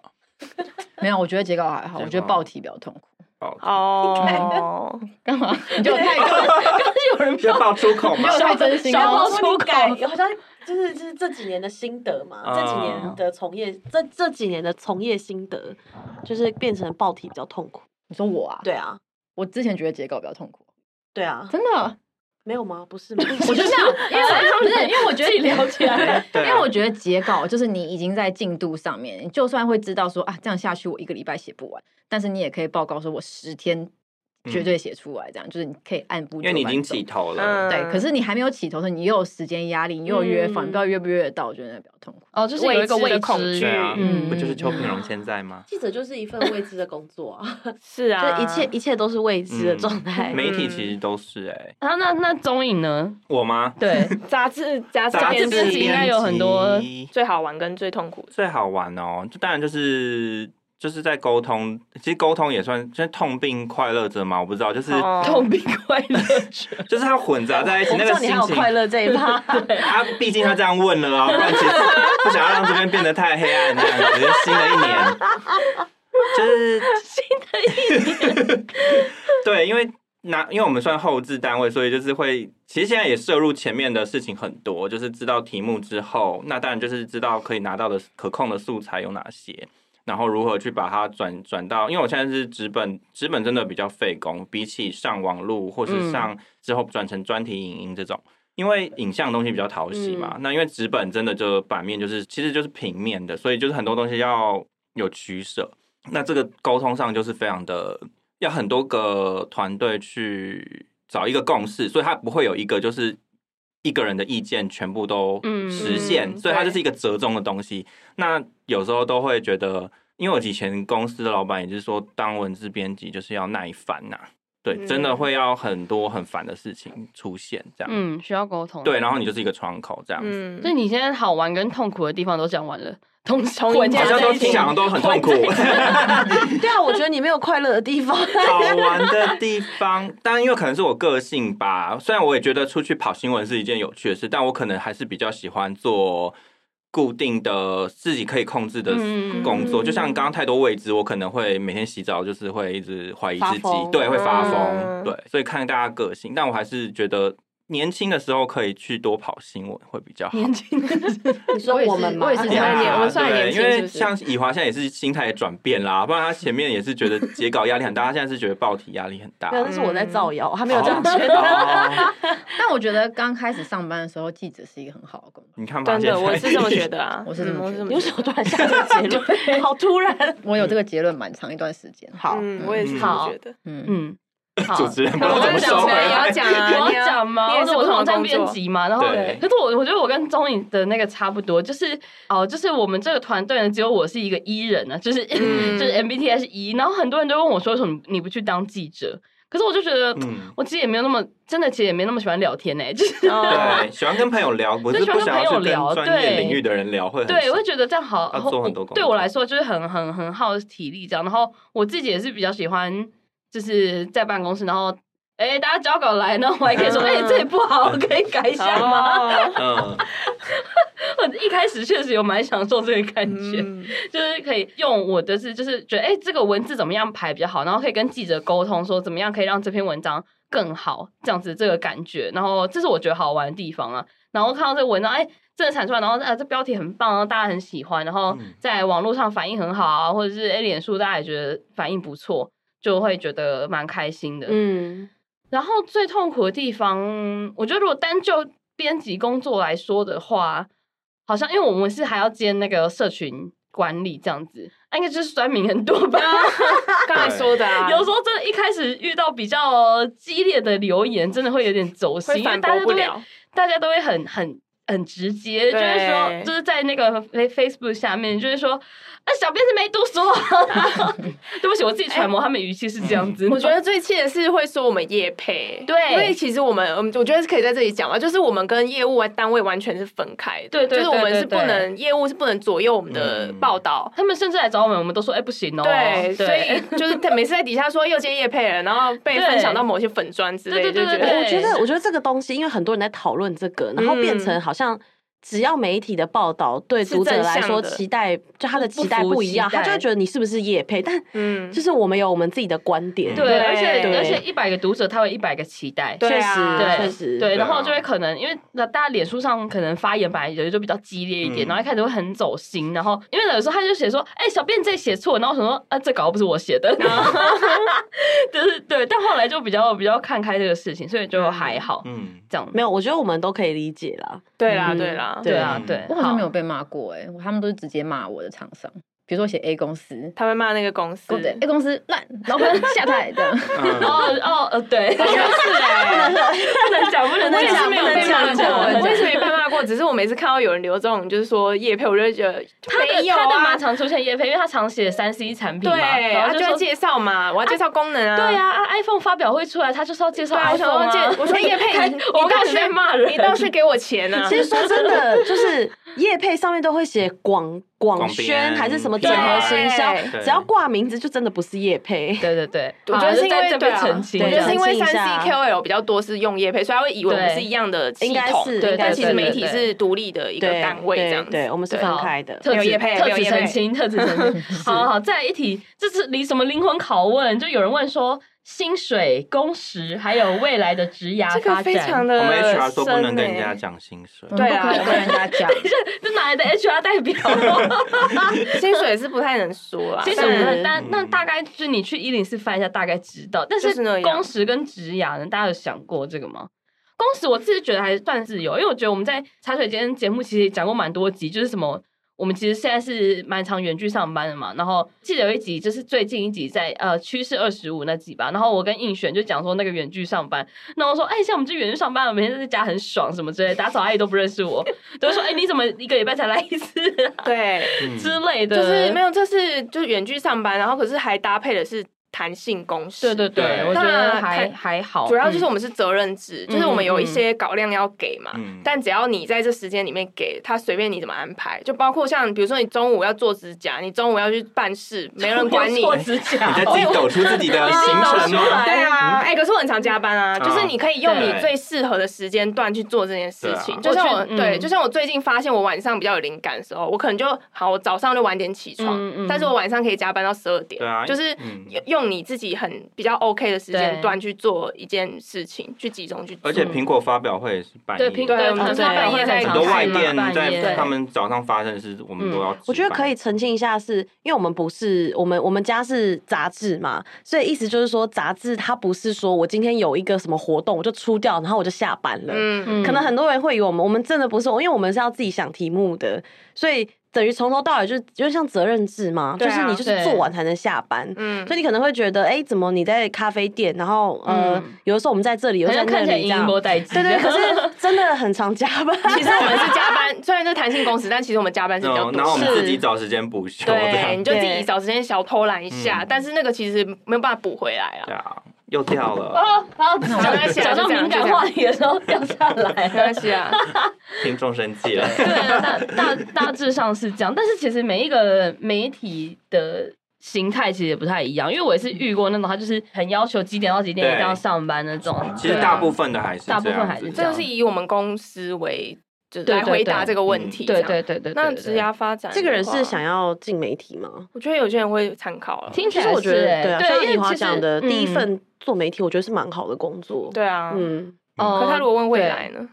Speaker 5: 没有，我觉得截稿还
Speaker 4: 截
Speaker 5: 好，
Speaker 4: 稿
Speaker 5: 我觉得报题比较痛苦。
Speaker 4: 好，
Speaker 3: 哦，
Speaker 5: 干嘛？你就 太
Speaker 1: 有人
Speaker 4: 要爆粗口 吗
Speaker 5: 没？有太真心
Speaker 1: 小
Speaker 5: 了
Speaker 1: 小。
Speaker 2: 包
Speaker 1: 包
Speaker 2: 出
Speaker 1: 出
Speaker 2: 改，
Speaker 1: 口
Speaker 2: 好像就是就是这几年的心得嘛，
Speaker 4: 嗯
Speaker 2: 这几年的从业，这这几年的从业心得，就是变成报体比较痛苦。
Speaker 5: 你说我啊？
Speaker 2: 对啊，
Speaker 5: 我之前觉得截稿比较痛苦，
Speaker 2: 对啊，
Speaker 5: 真的。
Speaker 2: 没有吗？不是 吗？
Speaker 5: 我就这样， 因为我不是因为我觉得
Speaker 1: 自己聊起来，
Speaker 4: 对
Speaker 5: 因
Speaker 4: 啊
Speaker 5: 为我觉得截稿就是你已经在进度上面，你就算会知道说啊，这样下去我一个礼拜写不完，但是你也可以报告说我十天绝对写出来，这样、
Speaker 4: 嗯
Speaker 5: 就是你可以按部
Speaker 4: 因
Speaker 5: 就班
Speaker 4: 为
Speaker 5: 走。
Speaker 4: 你已经起头了，
Speaker 3: 嗯，
Speaker 5: 对，可是你还没有起头的时候，你又有时间压力，你又有约
Speaker 2: 嗯
Speaker 5: 访，你不知道约不约得到，我觉得那比较痛苦。
Speaker 1: 哦，就是有一个
Speaker 3: 未知的
Speaker 1: 未
Speaker 3: 恐
Speaker 1: 知
Speaker 3: 惧
Speaker 4: 对啊，
Speaker 5: 嗯
Speaker 4: 不就是邱品荣现在吗？
Speaker 2: 记者就是一份未知的工作啊，
Speaker 3: 是
Speaker 2: 就
Speaker 3: 啊，
Speaker 2: 一切一切都是未知的状态。
Speaker 4: 媒体其实都是哎，
Speaker 1: 然后那那综影呢？
Speaker 4: 我吗？
Speaker 1: 对，
Speaker 3: 杂志杂志
Speaker 1: 杂
Speaker 3: 编
Speaker 1: 志编
Speaker 3: 辑
Speaker 1: 辑应该有很多
Speaker 3: 最好玩跟最痛苦的，
Speaker 4: 最好玩哦，就当然就是就是在沟通，其实沟通也算，就是痛并快乐着嘛，我不知道，就是、
Speaker 3: 哦
Speaker 1: 痛并快 乐着。
Speaker 4: 就是它混杂在一起
Speaker 2: 我不
Speaker 4: 那
Speaker 2: 知
Speaker 4: 个
Speaker 2: 道你
Speaker 4: 心
Speaker 2: 还有
Speaker 4: 情。
Speaker 2: 快乐这一 趴，
Speaker 4: 他毕竟他这样问了啊，不然其实不想要让这边变得太黑暗，这样子新的一年，就是新的一年，对，因为那因为我们算后置单位，所以就是会，其实现在也摄入前面的事情很多，就是知道题目之后，那当然就是知道可以拿到的可控的素材有哪些，然后如何去把它转转到，因为我现在是纸本，纸本真的比较费工，比起上网路或是上之后转成专题影音这种，因为影像的东西比较讨喜嘛，那因为纸本真的就版面就是其实就是平面的，所以就是很多东西要有取舍，那这个沟通上就是非常的要很多个团队去找一个共识，所以它不会有一个就是一个人的意见全部都
Speaker 1: 嗯
Speaker 4: 实现，
Speaker 3: 嗯
Speaker 4: 所以它
Speaker 3: 对
Speaker 4: 就是一个折中的东西。那有时候都会觉得，因为我以前公司的老板也是说，当文字编辑就是要耐烦呐、对，
Speaker 3: 嗯
Speaker 4: 真的会要很多很烦的事情出现，这样、
Speaker 1: 嗯，需要沟通。
Speaker 4: 对，，然后你就是一个窗口这样子。
Speaker 3: 嗯
Speaker 1: 所以你现在好玩跟痛苦的地方都讲完了，同同
Speaker 3: 一
Speaker 4: 好
Speaker 3: 件
Speaker 4: 像
Speaker 3: 事
Speaker 4: 都
Speaker 3: 情
Speaker 4: 讲得都很痛苦，
Speaker 2: 对啊，我觉得你没有快乐的地方。
Speaker 4: 好玩的地方，但因为可能是我个性吧，虽然我也觉得出去跑新闻是一件有趣的事，但我可能还是比较喜欢做固定的自己可以控制的
Speaker 1: 嗯
Speaker 4: 工作。
Speaker 3: 嗯
Speaker 4: 就像刚刚太多未知，我可能会每天洗澡就是会一直怀疑
Speaker 2: 发
Speaker 4: 自己
Speaker 2: 疯，
Speaker 4: 对，会发疯，
Speaker 3: 嗯
Speaker 4: 对，所以看大家个性。但我还是觉得年轻的时候可以去多跑新闻会比较好。
Speaker 1: 年轻的时候
Speaker 2: 你说
Speaker 5: 我也是
Speaker 2: 我们吗？
Speaker 5: 我也是这
Speaker 4: 对
Speaker 5: 样
Speaker 4: 啊
Speaker 3: 我们也我们算很
Speaker 4: 对
Speaker 3: 年轻
Speaker 4: 因
Speaker 3: 是
Speaker 4: 为
Speaker 3: 不是
Speaker 4: 像以华现在也是心态也转变啦，不然他前面也是觉得截稿压力很大，他现在是觉得报题压力很大。
Speaker 2: 没有，那是我在造谣，他没有这样
Speaker 4: 哦
Speaker 2: 觉得。
Speaker 4: 哦
Speaker 5: 但我觉得刚开始上班的时候，记者是一个很好的工作。，
Speaker 4: 你看吧，
Speaker 3: 真的，我是这么觉
Speaker 4: 得。
Speaker 3: 得啊
Speaker 5: 我是这么
Speaker 3: 嗯
Speaker 5: 觉得
Speaker 2: 你为什么突然下这个结 论？好突然。
Speaker 5: 我有这个结论蛮长一段时间。
Speaker 2: 好，
Speaker 3: 嗯，我也是这么觉得。
Speaker 5: 嗯，
Speaker 1: 嗯，好。
Speaker 4: 主持人不知
Speaker 1: 我
Speaker 4: 道
Speaker 1: 刚
Speaker 4: 怎
Speaker 1: 刚讲什
Speaker 4: 么收回
Speaker 1: 么
Speaker 3: 也
Speaker 4: 来
Speaker 3: 要。讲啊，
Speaker 1: 我
Speaker 3: 你
Speaker 1: 要讲吗？
Speaker 3: 你也
Speaker 1: 我
Speaker 3: 是
Speaker 1: 我
Speaker 3: 不同
Speaker 1: 网
Speaker 3: 的
Speaker 1: 站
Speaker 3: 工
Speaker 1: 编
Speaker 3: 作，
Speaker 1: 辑嘛，然后
Speaker 4: 对
Speaker 1: 可是我我觉得我跟钟颖的那个差不多，就是哦、就是我们这个团队呢，只有我是一个 E 人呢、啊，就是
Speaker 3: 嗯
Speaker 1: 就是 MBTI 是 E，然后很多人都问我说，为什么你不去当记者？可是我就觉得，
Speaker 4: 嗯，
Speaker 1: 我其实也没有那么真的，其实也没那么喜欢聊天呢、就是
Speaker 3: 哦
Speaker 4: 对，喜欢跟朋友聊，不是
Speaker 1: 就喜欢
Speaker 4: 不
Speaker 1: 跟
Speaker 4: 想要去
Speaker 1: 朋友聊
Speaker 4: 跟专业
Speaker 1: 对
Speaker 4: 领域的人聊，会很
Speaker 1: 对，我会觉得这样好，
Speaker 4: 要
Speaker 1: 然后
Speaker 4: 做
Speaker 1: 我
Speaker 4: 很多工
Speaker 1: 对
Speaker 4: 作
Speaker 1: 我来说就是很很很耗体力这样。然后我自己也是比较喜欢，就是在办公室，然后哎、大家交稿来，然后我还可以 说，
Speaker 3: 嗯
Speaker 1: 哎、这里不好，可以改一下吗？
Speaker 3: 哦
Speaker 4: 嗯，
Speaker 1: 我一开始确实有蛮享受这个感觉，
Speaker 3: 嗯
Speaker 1: 就是可以用我的是，就是觉得哎、这个文字怎么样排比较好，然后可以跟记者沟通说怎么样可以让这篇文章更好，这样子这个感觉，然后这是我觉得好玩的地方啊。然后看到这个文章，哎、真的产出来，然后啊，这标题很棒，然后大家很喜欢，然后
Speaker 4: 嗯
Speaker 1: 在网络上反应很好啊，或者是哎，脸、书大家也觉得反应不错，就会觉得蛮开心的。
Speaker 2: 嗯，
Speaker 1: 然后最痛苦的地方，我觉得如果单就编辑工作来说的话，好像因为我们是还要兼那个社群管理这样子，那应该就是酸民很多吧。
Speaker 3: 刚才说的啊，
Speaker 1: 有时候真的，一开始遇到比较激烈的留言，真的会有点走心，
Speaker 3: 会
Speaker 1: 因为
Speaker 3: 反
Speaker 1: 大
Speaker 3: 驳
Speaker 1: 家都
Speaker 3: 不
Speaker 1: 会
Speaker 3: 了，
Speaker 1: 啊大家都会很很很直接，就
Speaker 3: 对
Speaker 1: 是说，就是在那个 Fa- Facebook 下面，就是说，啊，小编是没读书啊， 对不起，我自己揣摩他们语气是这样子。
Speaker 3: 哎我觉得最气的是会说我们业配，
Speaker 1: 对
Speaker 3: 因为其实我们，嗯我们我觉得是可以在这里讲嘛，就是我们跟业务单位完全是分开的，
Speaker 1: 对对
Speaker 3: 就是我们
Speaker 1: 对对
Speaker 3: 是不
Speaker 1: 对
Speaker 3: 能业务是不能左右我们的
Speaker 4: 嗯
Speaker 3: 报道。
Speaker 1: 他们甚至来找我们，我们都说，哎、不行哦。
Speaker 3: 对，所
Speaker 1: 对
Speaker 3: 以就是他每次在底下说又接业配了，然后被
Speaker 1: 对
Speaker 3: 分享到某些粉砖之类
Speaker 1: 对
Speaker 3: 的，
Speaker 1: 对
Speaker 3: 就
Speaker 1: 对
Speaker 3: 觉
Speaker 1: 对
Speaker 3: 得
Speaker 2: 我觉得，我觉得这个东西，因为很多人在讨论这个，然后变成好像只要媒体的报道对
Speaker 3: 是
Speaker 2: 读者来
Speaker 3: 正向
Speaker 2: 说
Speaker 3: 的
Speaker 2: 期待，就他的
Speaker 1: 不
Speaker 2: 期待
Speaker 1: 不服
Speaker 2: 不一样，
Speaker 1: 期待
Speaker 2: 他就会觉得你是不是叶配，但
Speaker 3: 嗯
Speaker 2: 就是我们有我们自己的观点，
Speaker 1: 对，
Speaker 3: 对
Speaker 1: 而且
Speaker 3: 对
Speaker 1: 而且一百个读者他会一百个期待，
Speaker 3: 对
Speaker 2: 确
Speaker 3: 啊
Speaker 2: 实
Speaker 1: 对
Speaker 2: 确实，
Speaker 1: 对，
Speaker 4: 啊
Speaker 1: 然后就会可能因为那大家脸书上可能发言本来有些就比较激烈一点，
Speaker 4: 嗯
Speaker 1: 然后一开始会很走心，然后因为有时候他就写说，哎、小编这写错，然后我想说，啊，这稿又不是我写的， 就是对，但后来就比较比较看开这个事情，所以就还好、
Speaker 4: 嗯，
Speaker 1: 这样。
Speaker 2: 没有，我觉得我们都可以理解啦。
Speaker 3: 对啦
Speaker 2: 嗯
Speaker 3: 对啦，
Speaker 1: 对啊
Speaker 4: 嗯，
Speaker 1: 对，
Speaker 5: 我好像没有
Speaker 1: 好。
Speaker 5: 被骂过哎、他们都是直接骂我的厂商，比如说写 A 公司，
Speaker 3: 他会骂那个公司，
Speaker 5: 对 A 公司烂，老板下台 这样。
Speaker 4: 嗯
Speaker 1: 哦哦呃，对，不
Speaker 3: 是哎。
Speaker 1: 能讲，不能
Speaker 3: 我也是
Speaker 1: 讲，
Speaker 3: 没有被
Speaker 1: 不
Speaker 3: 骂
Speaker 1: 能讲
Speaker 3: 过，我也是没被骂过，只是我每次看到有人留这种就是说叶配，我就会觉得
Speaker 1: 他的
Speaker 3: 没有
Speaker 1: 他的
Speaker 3: 啊
Speaker 1: 蛮，常出现叶配，因为他常写三 C 产品嘛，
Speaker 3: 对，啊
Speaker 1: 然后
Speaker 3: 他就
Speaker 1: 说
Speaker 3: 要介绍嘛，我要介绍功能啊，
Speaker 1: 对呀、啊、，iPhone 发表会出来，他就是要介绍
Speaker 3: 对啊，我
Speaker 1: iPhone
Speaker 3: 想
Speaker 1: 啊
Speaker 3: 要 介，我说叶 佩，
Speaker 1: 开
Speaker 3: 你你
Speaker 1: 我们
Speaker 3: 倒
Speaker 1: 开始
Speaker 3: 是
Speaker 1: 在骂人，
Speaker 3: 你倒 是给我钱啊
Speaker 2: 其！实说真 的，就是叶配上面都会写广广
Speaker 4: 广
Speaker 2: 宣
Speaker 4: 编
Speaker 2: 还是什么整合行销
Speaker 3: 对，
Speaker 4: 对
Speaker 2: 只要挂名字就真的不是叶配。
Speaker 1: 对对对，
Speaker 3: 我
Speaker 1: 好
Speaker 3: 觉得是因
Speaker 1: 就在
Speaker 3: 为
Speaker 1: 这
Speaker 3: 对
Speaker 1: 边
Speaker 3: 啊，
Speaker 1: 澄清，
Speaker 3: 我觉得是因为
Speaker 2: 澄清
Speaker 3: 三
Speaker 2: 一
Speaker 3: C
Speaker 2: 下
Speaker 3: KOL 比较多是用叶配，所以他会以为我们
Speaker 1: 对
Speaker 3: 是一样的系
Speaker 2: 应该
Speaker 3: 统，
Speaker 2: 是，
Speaker 1: 对
Speaker 2: 应该
Speaker 3: 但
Speaker 1: 对
Speaker 3: 其
Speaker 1: 对
Speaker 3: 实
Speaker 2: 是
Speaker 3: 媒
Speaker 1: 对
Speaker 3: 体是独立的一个
Speaker 2: 对
Speaker 3: 单位这样子。
Speaker 2: 对，我们是
Speaker 3: 对
Speaker 2: 分开的。
Speaker 1: 特
Speaker 3: 没有
Speaker 1: 指
Speaker 3: 业配
Speaker 1: 特
Speaker 3: 没有
Speaker 1: 指
Speaker 3: 业配
Speaker 1: 澄清，特指澄清。好好，再来一题，这是离什么灵魂拷问？就有人问说，薪水、工时，还有未来的职涯
Speaker 3: 这个
Speaker 1: 发
Speaker 3: 非
Speaker 1: 展。
Speaker 3: 常的
Speaker 4: 我
Speaker 3: 深
Speaker 4: 们
Speaker 3: 欸、
Speaker 4: HR 说不能跟人家讲薪水
Speaker 5: 我，们
Speaker 3: 对
Speaker 5: 不
Speaker 3: 啊
Speaker 5: 可以跟人家 讲。
Speaker 1: 这哪来的 HR 代表？
Speaker 3: 薪水是不太能说啦，
Speaker 1: 薪水
Speaker 3: 但
Speaker 1: 不太，
Speaker 3: 是嗯
Speaker 1: 但那大概就是你去一零四翻一下，大概知道。但
Speaker 3: 就是那样
Speaker 1: 工时跟职涯呢，大家有想过这个吗？工时我自己觉得还算是有，因为我觉得我们在茶水间节目其实也讲过蛮多集，就是什么。我们其实现在是蛮常远距上班的嘛，然后记得有一集就是最近一集在呃趋势二十五那集吧，然后我跟应选就讲说那个远距上班，那我说哎、像我们这远距上班了，每天在家很爽什么之类的，打扫阿姨都不认识我，都说哎、你怎么一个礼拜才来一次、啊、
Speaker 3: 对，
Speaker 4: 嗯
Speaker 1: 之类的，
Speaker 3: 就是没有，这是就是远距上班，然后可是还搭配的是弹性工时，
Speaker 1: 对对对，
Speaker 4: 对
Speaker 1: 我觉得
Speaker 3: 那
Speaker 1: 还
Speaker 3: 看
Speaker 1: 还好。
Speaker 3: 主要就是
Speaker 1: 嗯
Speaker 3: 我们是责任制，就是我们有一些稿量要给嘛，
Speaker 4: 嗯
Speaker 3: 但只要你在这时间里面给他，随便你怎么安排，就包括像比如说你中午要做指甲，你中午要去办事，没人管你。
Speaker 1: 做指甲
Speaker 4: 你在自己抖出自己的行程
Speaker 1: 我也
Speaker 4: 吗
Speaker 1: 我？
Speaker 3: 对啊，哎、可是我很常加班啊，
Speaker 4: 啊
Speaker 3: 就是你可以用你
Speaker 4: 对
Speaker 3: 最适合的时间段去做这件事情。
Speaker 4: 对啊
Speaker 3: 就像
Speaker 1: 我
Speaker 3: 我，
Speaker 1: 觉得
Speaker 3: 对，
Speaker 1: 嗯
Speaker 3: 就像我最近发现我晚上比较有灵感的时候，我可能就好，我早上就晚点起床，
Speaker 1: 嗯嗯
Speaker 3: 但是我晚上可以加班到十二点，
Speaker 4: 对啊
Speaker 3: 就是
Speaker 4: 嗯
Speaker 3: 用你自己很比较 OK 的时间段去做一件事情，去集中去做。
Speaker 4: 而且苹果发表会是半夜，
Speaker 1: 对苹
Speaker 3: 对
Speaker 1: 对，
Speaker 3: 我们
Speaker 1: 可能
Speaker 3: 对
Speaker 1: 他半
Speaker 3: 我
Speaker 1: 夜
Speaker 3: 们
Speaker 1: 在
Speaker 4: 很
Speaker 3: 很
Speaker 1: 忙
Speaker 4: 多
Speaker 3: 常
Speaker 4: 外
Speaker 1: 看嘛
Speaker 4: 电
Speaker 1: 半夜
Speaker 4: 在
Speaker 3: 对
Speaker 4: 他们早上发生的事，我们都要值班。
Speaker 2: 我觉得可以澄清一下是，因为我们不是我们我们家是杂志嘛，所以意思就是说杂志它不是说我今天有一个什么活动我就出掉，然后我就下班了。
Speaker 3: 嗯，
Speaker 1: 嗯
Speaker 2: 可能很多人会以为我们我们真的不是，因为我们是要自己想题目的，所以等于从头到尾就是就像责任制嘛，
Speaker 3: 对
Speaker 2: 就
Speaker 3: 啊
Speaker 2: 是你就是
Speaker 1: 对
Speaker 2: 做完才能下班。
Speaker 3: 嗯
Speaker 2: 所以你可能会觉得，哎、怎么你在咖啡店，然后呃，
Speaker 1: 嗯
Speaker 2: 有的时候我们在这里，有
Speaker 1: 好
Speaker 2: 的时
Speaker 1: 像
Speaker 2: 候在
Speaker 1: 看起
Speaker 2: 那
Speaker 1: 来
Speaker 2: 里这
Speaker 1: 荧
Speaker 2: 样，
Speaker 1: 光代机。
Speaker 2: 对 对，可是真的很常加班。
Speaker 3: 其实我们是加班， 虽然是弹性工时，但其实我们加班是比较
Speaker 4: 嗯，
Speaker 3: 多。
Speaker 4: 然后我们
Speaker 2: 是
Speaker 4: 自己找时间补休，这
Speaker 3: 对，
Speaker 4: 样
Speaker 3: 你就自己
Speaker 2: 对
Speaker 3: 找时间小偷懒一下，
Speaker 4: 嗯
Speaker 3: 但是那个其实没有办法补回来
Speaker 4: 对
Speaker 3: 啊。
Speaker 4: 啊，又掉 了，
Speaker 1: 哦，然后
Speaker 3: 我再起来
Speaker 1: 讲到
Speaker 3: 就这样
Speaker 1: 敏感话题的时候掉下来
Speaker 3: 没关
Speaker 1: 了。
Speaker 3: 系啊，
Speaker 4: 听众生气了。
Speaker 1: 对，大大大致上是这样，但是其实每一个媒体的形态其实也不太一样，因为我也是遇过那种他就是很要求几点到几点一定要上班那种。
Speaker 4: 其实
Speaker 1: 对啊
Speaker 4: 大部分的还是
Speaker 1: 大部分
Speaker 4: 这样
Speaker 1: 还是
Speaker 4: 子
Speaker 1: 这
Speaker 3: 这
Speaker 1: 样
Speaker 3: 就是以我们公司为就是
Speaker 1: 对
Speaker 3: 来
Speaker 1: 对对
Speaker 3: 回答
Speaker 4: 嗯
Speaker 3: 这个问题。
Speaker 1: 对
Speaker 3: 这样
Speaker 1: 对对对，对
Speaker 3: 那
Speaker 1: 对
Speaker 3: 职涯发展，
Speaker 2: 这个人是想，要进媒体吗？
Speaker 3: 我觉得有些人会参考了。
Speaker 1: 听起
Speaker 2: 其
Speaker 1: 来
Speaker 2: 实我觉
Speaker 1: 是
Speaker 2: 得，
Speaker 1: 欸
Speaker 2: 对啊，像
Speaker 1: 因为
Speaker 2: 丽华
Speaker 1: 其实
Speaker 2: 讲的，第一
Speaker 1: 嗯
Speaker 2: 份做媒体，我觉得是蛮好的工作。
Speaker 3: 对啊，
Speaker 2: 嗯，
Speaker 1: 哦
Speaker 3: 可他如果问未
Speaker 1: 对
Speaker 3: 来呢？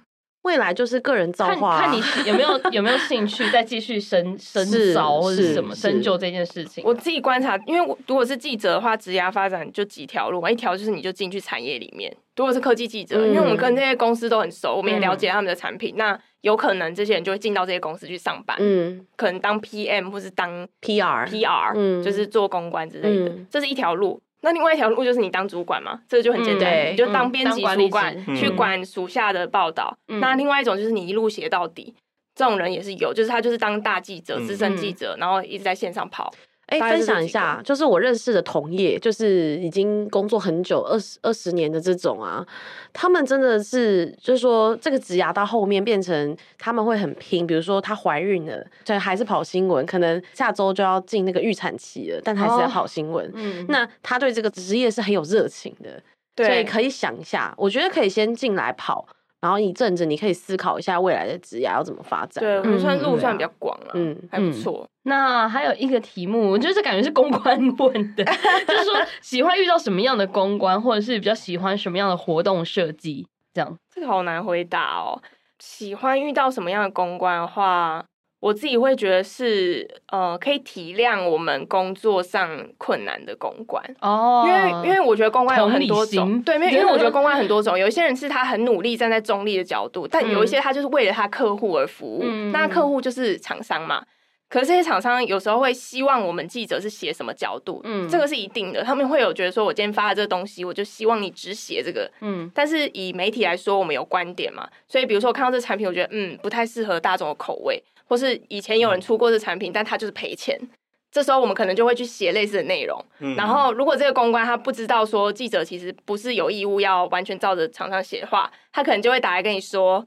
Speaker 2: 未来就是个人造
Speaker 1: 看
Speaker 2: 化啊。
Speaker 1: 看你有没有 有没有兴趣再继续深深
Speaker 2: 是
Speaker 1: 造或者是
Speaker 2: 是
Speaker 1: 什么
Speaker 2: 是
Speaker 1: 深究这件事情。啊
Speaker 3: 我嗯自己观察，因为我如果是记者的话，职涯发展就几条路嘛，一条就是你就进去产业里面；如果是科技记者，
Speaker 2: 嗯
Speaker 3: 因为我们跟这些公司都很熟，我们也
Speaker 1: 嗯
Speaker 3: 了解他们的产品，那有可能这些人就会进到这些公司去上班，
Speaker 2: 嗯
Speaker 3: 可能当 PM 或是当
Speaker 2: ，PR
Speaker 3: PR，、
Speaker 2: 嗯
Speaker 3: 就是做公关之类的，
Speaker 2: 嗯
Speaker 3: 这是一条路。那另外一条路就是你当主管嘛，这个就很简单，
Speaker 1: 嗯
Speaker 3: 你就
Speaker 1: 对
Speaker 3: 当
Speaker 1: 嗯
Speaker 3: 编
Speaker 1: 当
Speaker 3: 辑
Speaker 1: 管
Speaker 3: 主
Speaker 1: 理
Speaker 3: 管
Speaker 1: 职
Speaker 4: 嗯
Speaker 3: 去管属下的报道。
Speaker 1: 嗯
Speaker 3: 那另外一种就是你一路写到底，这种人也是有，就是他就是当大记者、资深记者，然后一直在线上跑。
Speaker 2: 哎、
Speaker 3: 大概
Speaker 2: 分
Speaker 3: 是这
Speaker 2: 享一
Speaker 3: 几个
Speaker 2: 下，就是我认识的同业，就是已经工作很久，二十二十年的这种啊，他们真的是，就是说这个职涯到后面变成他们会很拼，比如说她怀孕了，对，还是跑新闻，可能下周就要进那个预产期了，但还是在
Speaker 1: 哦
Speaker 2: 跑新闻。
Speaker 1: 嗯
Speaker 2: 那她对这个职业是很有热情的，所以可以想一下，我觉得可以先进来跑，然后一阵子你可以思考一下未来的职涯要怎么发展
Speaker 3: 对，
Speaker 2: 啊。
Speaker 3: 我们算
Speaker 1: 嗯
Speaker 3: 路
Speaker 1: 对
Speaker 3: 算
Speaker 1: 啊
Speaker 3: 比较广了，
Speaker 2: 嗯
Speaker 3: 还不错。
Speaker 1: 那还有一个题目，我觉得这感觉是公关问的， 就是说喜欢遇到什么样的公关，或者是比较喜欢什么样的活动设计，这样。
Speaker 3: 这个好难回答哦。喜欢遇到什么样的公关的话，我自己会觉得是呃，可以体谅我们工作上困难的公关。
Speaker 1: 哦
Speaker 3: 因为因为我觉得公关有很多
Speaker 1: 同理
Speaker 3: 种，
Speaker 1: 心
Speaker 3: 对，因为因为我觉得公关很多种，有一些人是他很努力站在中立的角度，但有一些他就是为了他客户而服务，
Speaker 1: 嗯
Speaker 3: 那客户就是厂商嘛。可是这些厂商有时候会希望我们记者是写什么角度，
Speaker 1: 嗯
Speaker 3: 这个是一定的，他们会有觉得说我今天发的这个东西，我就希望你只写这个。
Speaker 1: 嗯
Speaker 3: 但是以媒体来说，我们有观点嘛，所以比如说我看到这产品，我觉得嗯不太适合大众的口味，或是以前
Speaker 1: 嗯
Speaker 3: 有人出过这产品，但他就是赔钱，这时候我们可能就会去写类似的内容。
Speaker 4: 嗯
Speaker 3: 然后，如果这个公关他不知道说记者其实不是有义务要完全照着厂商写的话，他可能就会打来跟你说，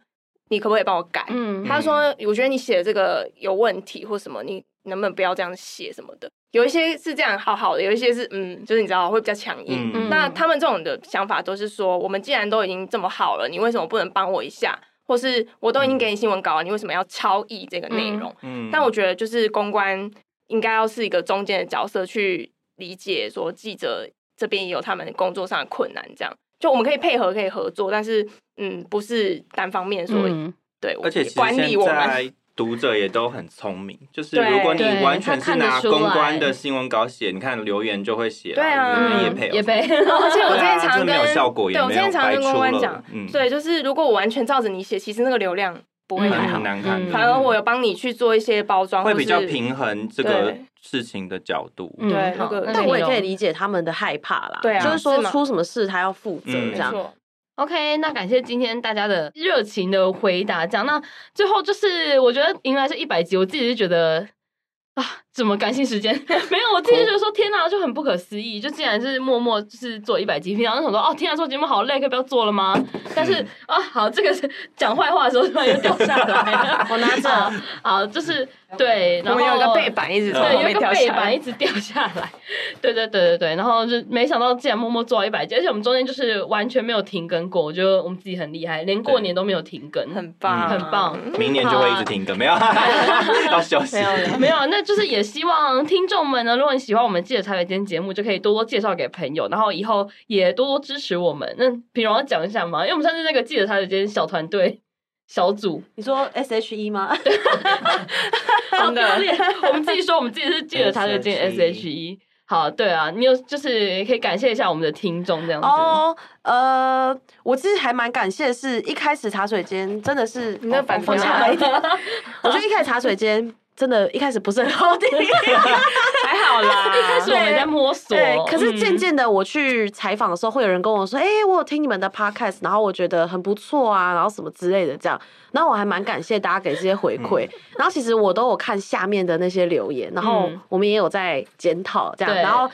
Speaker 3: 你可不可以帮我改？
Speaker 1: 嗯
Speaker 3: 他说，我觉得你写的这个有问题或什么，你能不能不要这样写什么的？有一些是这样好好的，有一些是嗯，就是你知道会比较强硬。
Speaker 4: 嗯
Speaker 3: 那他们这种的想法都是说，我们既然都已经这么好了，你为什么不能帮我一下？或是我都已经给你新闻稿了，你为什么要超译这个内容？
Speaker 4: 嗯
Speaker 3: 但我觉得就是公关应该要是一个中间的角色去理解说记者这边也有他们工作上的困难，这样就我们可以配合，可以合作，但是嗯，不是单方面说、
Speaker 1: 嗯，
Speaker 3: 对，
Speaker 4: 而且其实
Speaker 3: 管理
Speaker 4: 现
Speaker 3: 我们。
Speaker 4: 在读者也都很聪明，就是
Speaker 3: 对
Speaker 4: 如果你
Speaker 5: 对
Speaker 4: 完全是
Speaker 5: 他看得
Speaker 4: 拿
Speaker 5: 出
Speaker 4: 公
Speaker 5: 来
Speaker 4: 关的新闻稿写，你看留言就会写
Speaker 3: 对啊
Speaker 1: 嗯
Speaker 4: 就是
Speaker 5: 也
Speaker 4: 叶配哦
Speaker 5: 也 被
Speaker 3: 而且我之
Speaker 4: 对啊
Speaker 3: 前
Speaker 4: 这
Speaker 3: 常跟
Speaker 4: 没有效果也
Speaker 3: 对我
Speaker 4: 没
Speaker 3: 之
Speaker 4: 有
Speaker 3: 前常跟
Speaker 4: 白
Speaker 3: 公
Speaker 4: 出
Speaker 3: 关
Speaker 4: 了
Speaker 3: 讲，
Speaker 4: 嗯
Speaker 3: 对，就是如果我完全照着你写，其实那个流量不会
Speaker 5: 嗯
Speaker 3: 太
Speaker 4: 很
Speaker 3: 好
Speaker 4: 很，难看嗯
Speaker 1: 嗯，
Speaker 3: 反而我有帮你去做一些包装，
Speaker 4: 会
Speaker 3: 或
Speaker 4: 比较
Speaker 3: 是
Speaker 4: 平衡这个
Speaker 3: 对
Speaker 4: 事情的角度。
Speaker 1: 嗯
Speaker 3: 对
Speaker 1: 好
Speaker 3: 那个
Speaker 1: 那
Speaker 2: 但
Speaker 1: 你
Speaker 2: 我也可以
Speaker 1: 有
Speaker 2: 理解他们的害怕啦，
Speaker 3: 对啊
Speaker 2: 就是说
Speaker 3: 是吗
Speaker 2: 出什么事他要负责
Speaker 4: 嗯
Speaker 2: 这
Speaker 3: 没
Speaker 2: 样。
Speaker 3: 错，
Speaker 1: OK，那感谢今天大家的热情的回答。这样，那最后就是我觉得迎来这一百集，我自己就觉得啊，怎么感性时间 没有？我自己就觉得说天哪，就很不可思议，就竟然是默默就是做一百集，平常就想说哦，天啊，做节目好累，可以不要做了吗？但是
Speaker 3: 嗯
Speaker 1: 啊，好，这个是讲坏话的时候突然又掉下来了，我拿
Speaker 2: 哦
Speaker 1: 着，好，就是对，然
Speaker 3: 我
Speaker 1: 后
Speaker 3: 们有一个背板一直从
Speaker 1: 对，
Speaker 3: 后
Speaker 1: 有一
Speaker 3: 面
Speaker 1: 个
Speaker 3: 掉
Speaker 1: 背
Speaker 3: 下
Speaker 1: 板一
Speaker 3: 来，
Speaker 1: 直掉下来。 对对对对对，然后就没想到竟然默默做到一百集，而且我们中间就是完全没有停更过，我觉得我们自己很厉害，连过年都没有停更，
Speaker 3: 很嗯棒，
Speaker 1: 嗯很棒。
Speaker 4: 明年就会一直停更，没有 要休息
Speaker 3: 啊没。有 了。
Speaker 1: 没有，啊那就是也希望听众们呢，如果你喜欢我们《记者茶水间》节目，就可以多多介绍给朋友，然后以后也多多支持我们。那比如要讲一下嘛，因为我们上次那个《记者茶水间》小团队 小组，
Speaker 2: 你说 S H E 吗？
Speaker 1: 好丢脸！ 我们自己说我们自己是记者茶水间 S
Speaker 4: SHE
Speaker 1: H E。好，对啊，你有就是可以感谢一下我们的听众这样子。
Speaker 2: 哦，呃，我其实还蛮感谢的是，一开始茶水间真的是哦
Speaker 3: 你那反
Speaker 2: 我
Speaker 3: 方
Speaker 2: 觉
Speaker 3: 向
Speaker 2: 得 我觉得一开始茶水间真的一开始不是很好听，
Speaker 3: 还好啦，
Speaker 1: 一开始我们在摸索，
Speaker 2: 对。可是
Speaker 1: 嗯
Speaker 2: 渐渐的，我去采访的时候，会有人跟我说：“哎、我有听你们的 podcast，然后我觉得很不错啊，然后什么之类的这样。”然后我还蛮感谢大家给这些
Speaker 1: 嗯
Speaker 2: 回馈。然后其实我都有看下面的那些留言，然后
Speaker 1: 嗯
Speaker 2: 我们也有在检讨这样，
Speaker 1: 对
Speaker 2: 然后。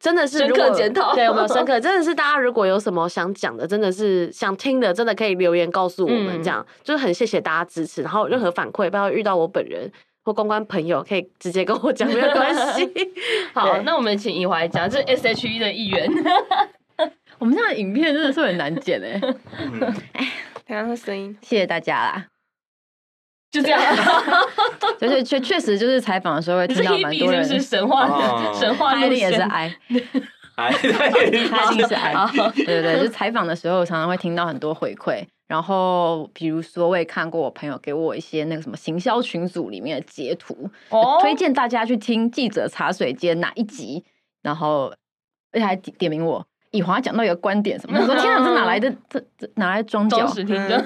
Speaker 2: 真的是
Speaker 1: 深
Speaker 2: 如
Speaker 1: 刻
Speaker 2: 果
Speaker 1: 检讨
Speaker 2: 对我们有 深刻，真的是大家如果有什么想讲的，真的是想听的，真的可以留言告诉我们，
Speaker 1: 嗯
Speaker 2: 这样、就是很谢谢大家支持。然后任何反馈，包括遇到我本人或公关朋友，可以直接跟我讲，没有关系。
Speaker 1: 好，
Speaker 2: 对
Speaker 1: 那我们请以华来讲，这是 S H E 的一员，
Speaker 5: 我们这样的影片真的是很难 剪哎，
Speaker 4: 嗯
Speaker 3: 等一下那声音，
Speaker 5: 谢谢大家啦。
Speaker 1: 就这样。
Speaker 5: 就是确确实就是采访的时候会
Speaker 1: 你是
Speaker 5: 听
Speaker 1: Hebe
Speaker 5: 到蛮
Speaker 1: 是
Speaker 5: 多
Speaker 1: 不
Speaker 5: 人，
Speaker 1: 是神话
Speaker 4: 哦
Speaker 1: 神话
Speaker 5: 他一
Speaker 1: 路
Speaker 5: 定也是啊
Speaker 1: 线？
Speaker 5: I，
Speaker 4: 哎， 对
Speaker 5: 他一定是 I。
Speaker 1: 好，
Speaker 5: 对对对，就采访的时候常常会听到很多回馈。然后，比如说，我也看过我朋友给我一些那个什么行销群组里面的截图，
Speaker 1: 哦
Speaker 5: 推荐大家去听记者茶水间哪一集，然后而且还点点名我。以华讲到一个观点什么的，我说天哪，啊这哪来的这这哪来的嗯装脚
Speaker 1: 忠？实听众，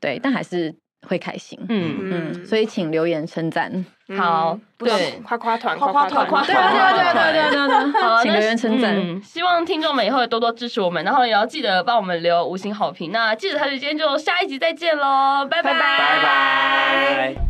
Speaker 5: 对，但还是会开心。
Speaker 1: 嗯，
Speaker 5: 嗯，所以请留言称赞。
Speaker 3: 以
Speaker 1: 好对
Speaker 3: 对，嗯夸夸团，
Speaker 2: 夸
Speaker 3: 夸
Speaker 2: 夸
Speaker 3: 团，
Speaker 2: 团
Speaker 5: 对啊，对啊，对啊，对啊，对啊，对啊对
Speaker 1: 好
Speaker 5: 啊， 请
Speaker 1: 那
Speaker 5: 留言称赞。
Speaker 1: 嗯希望听众们以后也多多支持我们，然后也要记得帮我们留五星好评。那记者台今天就下一集再见喽，拜
Speaker 3: 拜拜
Speaker 4: 拜拜。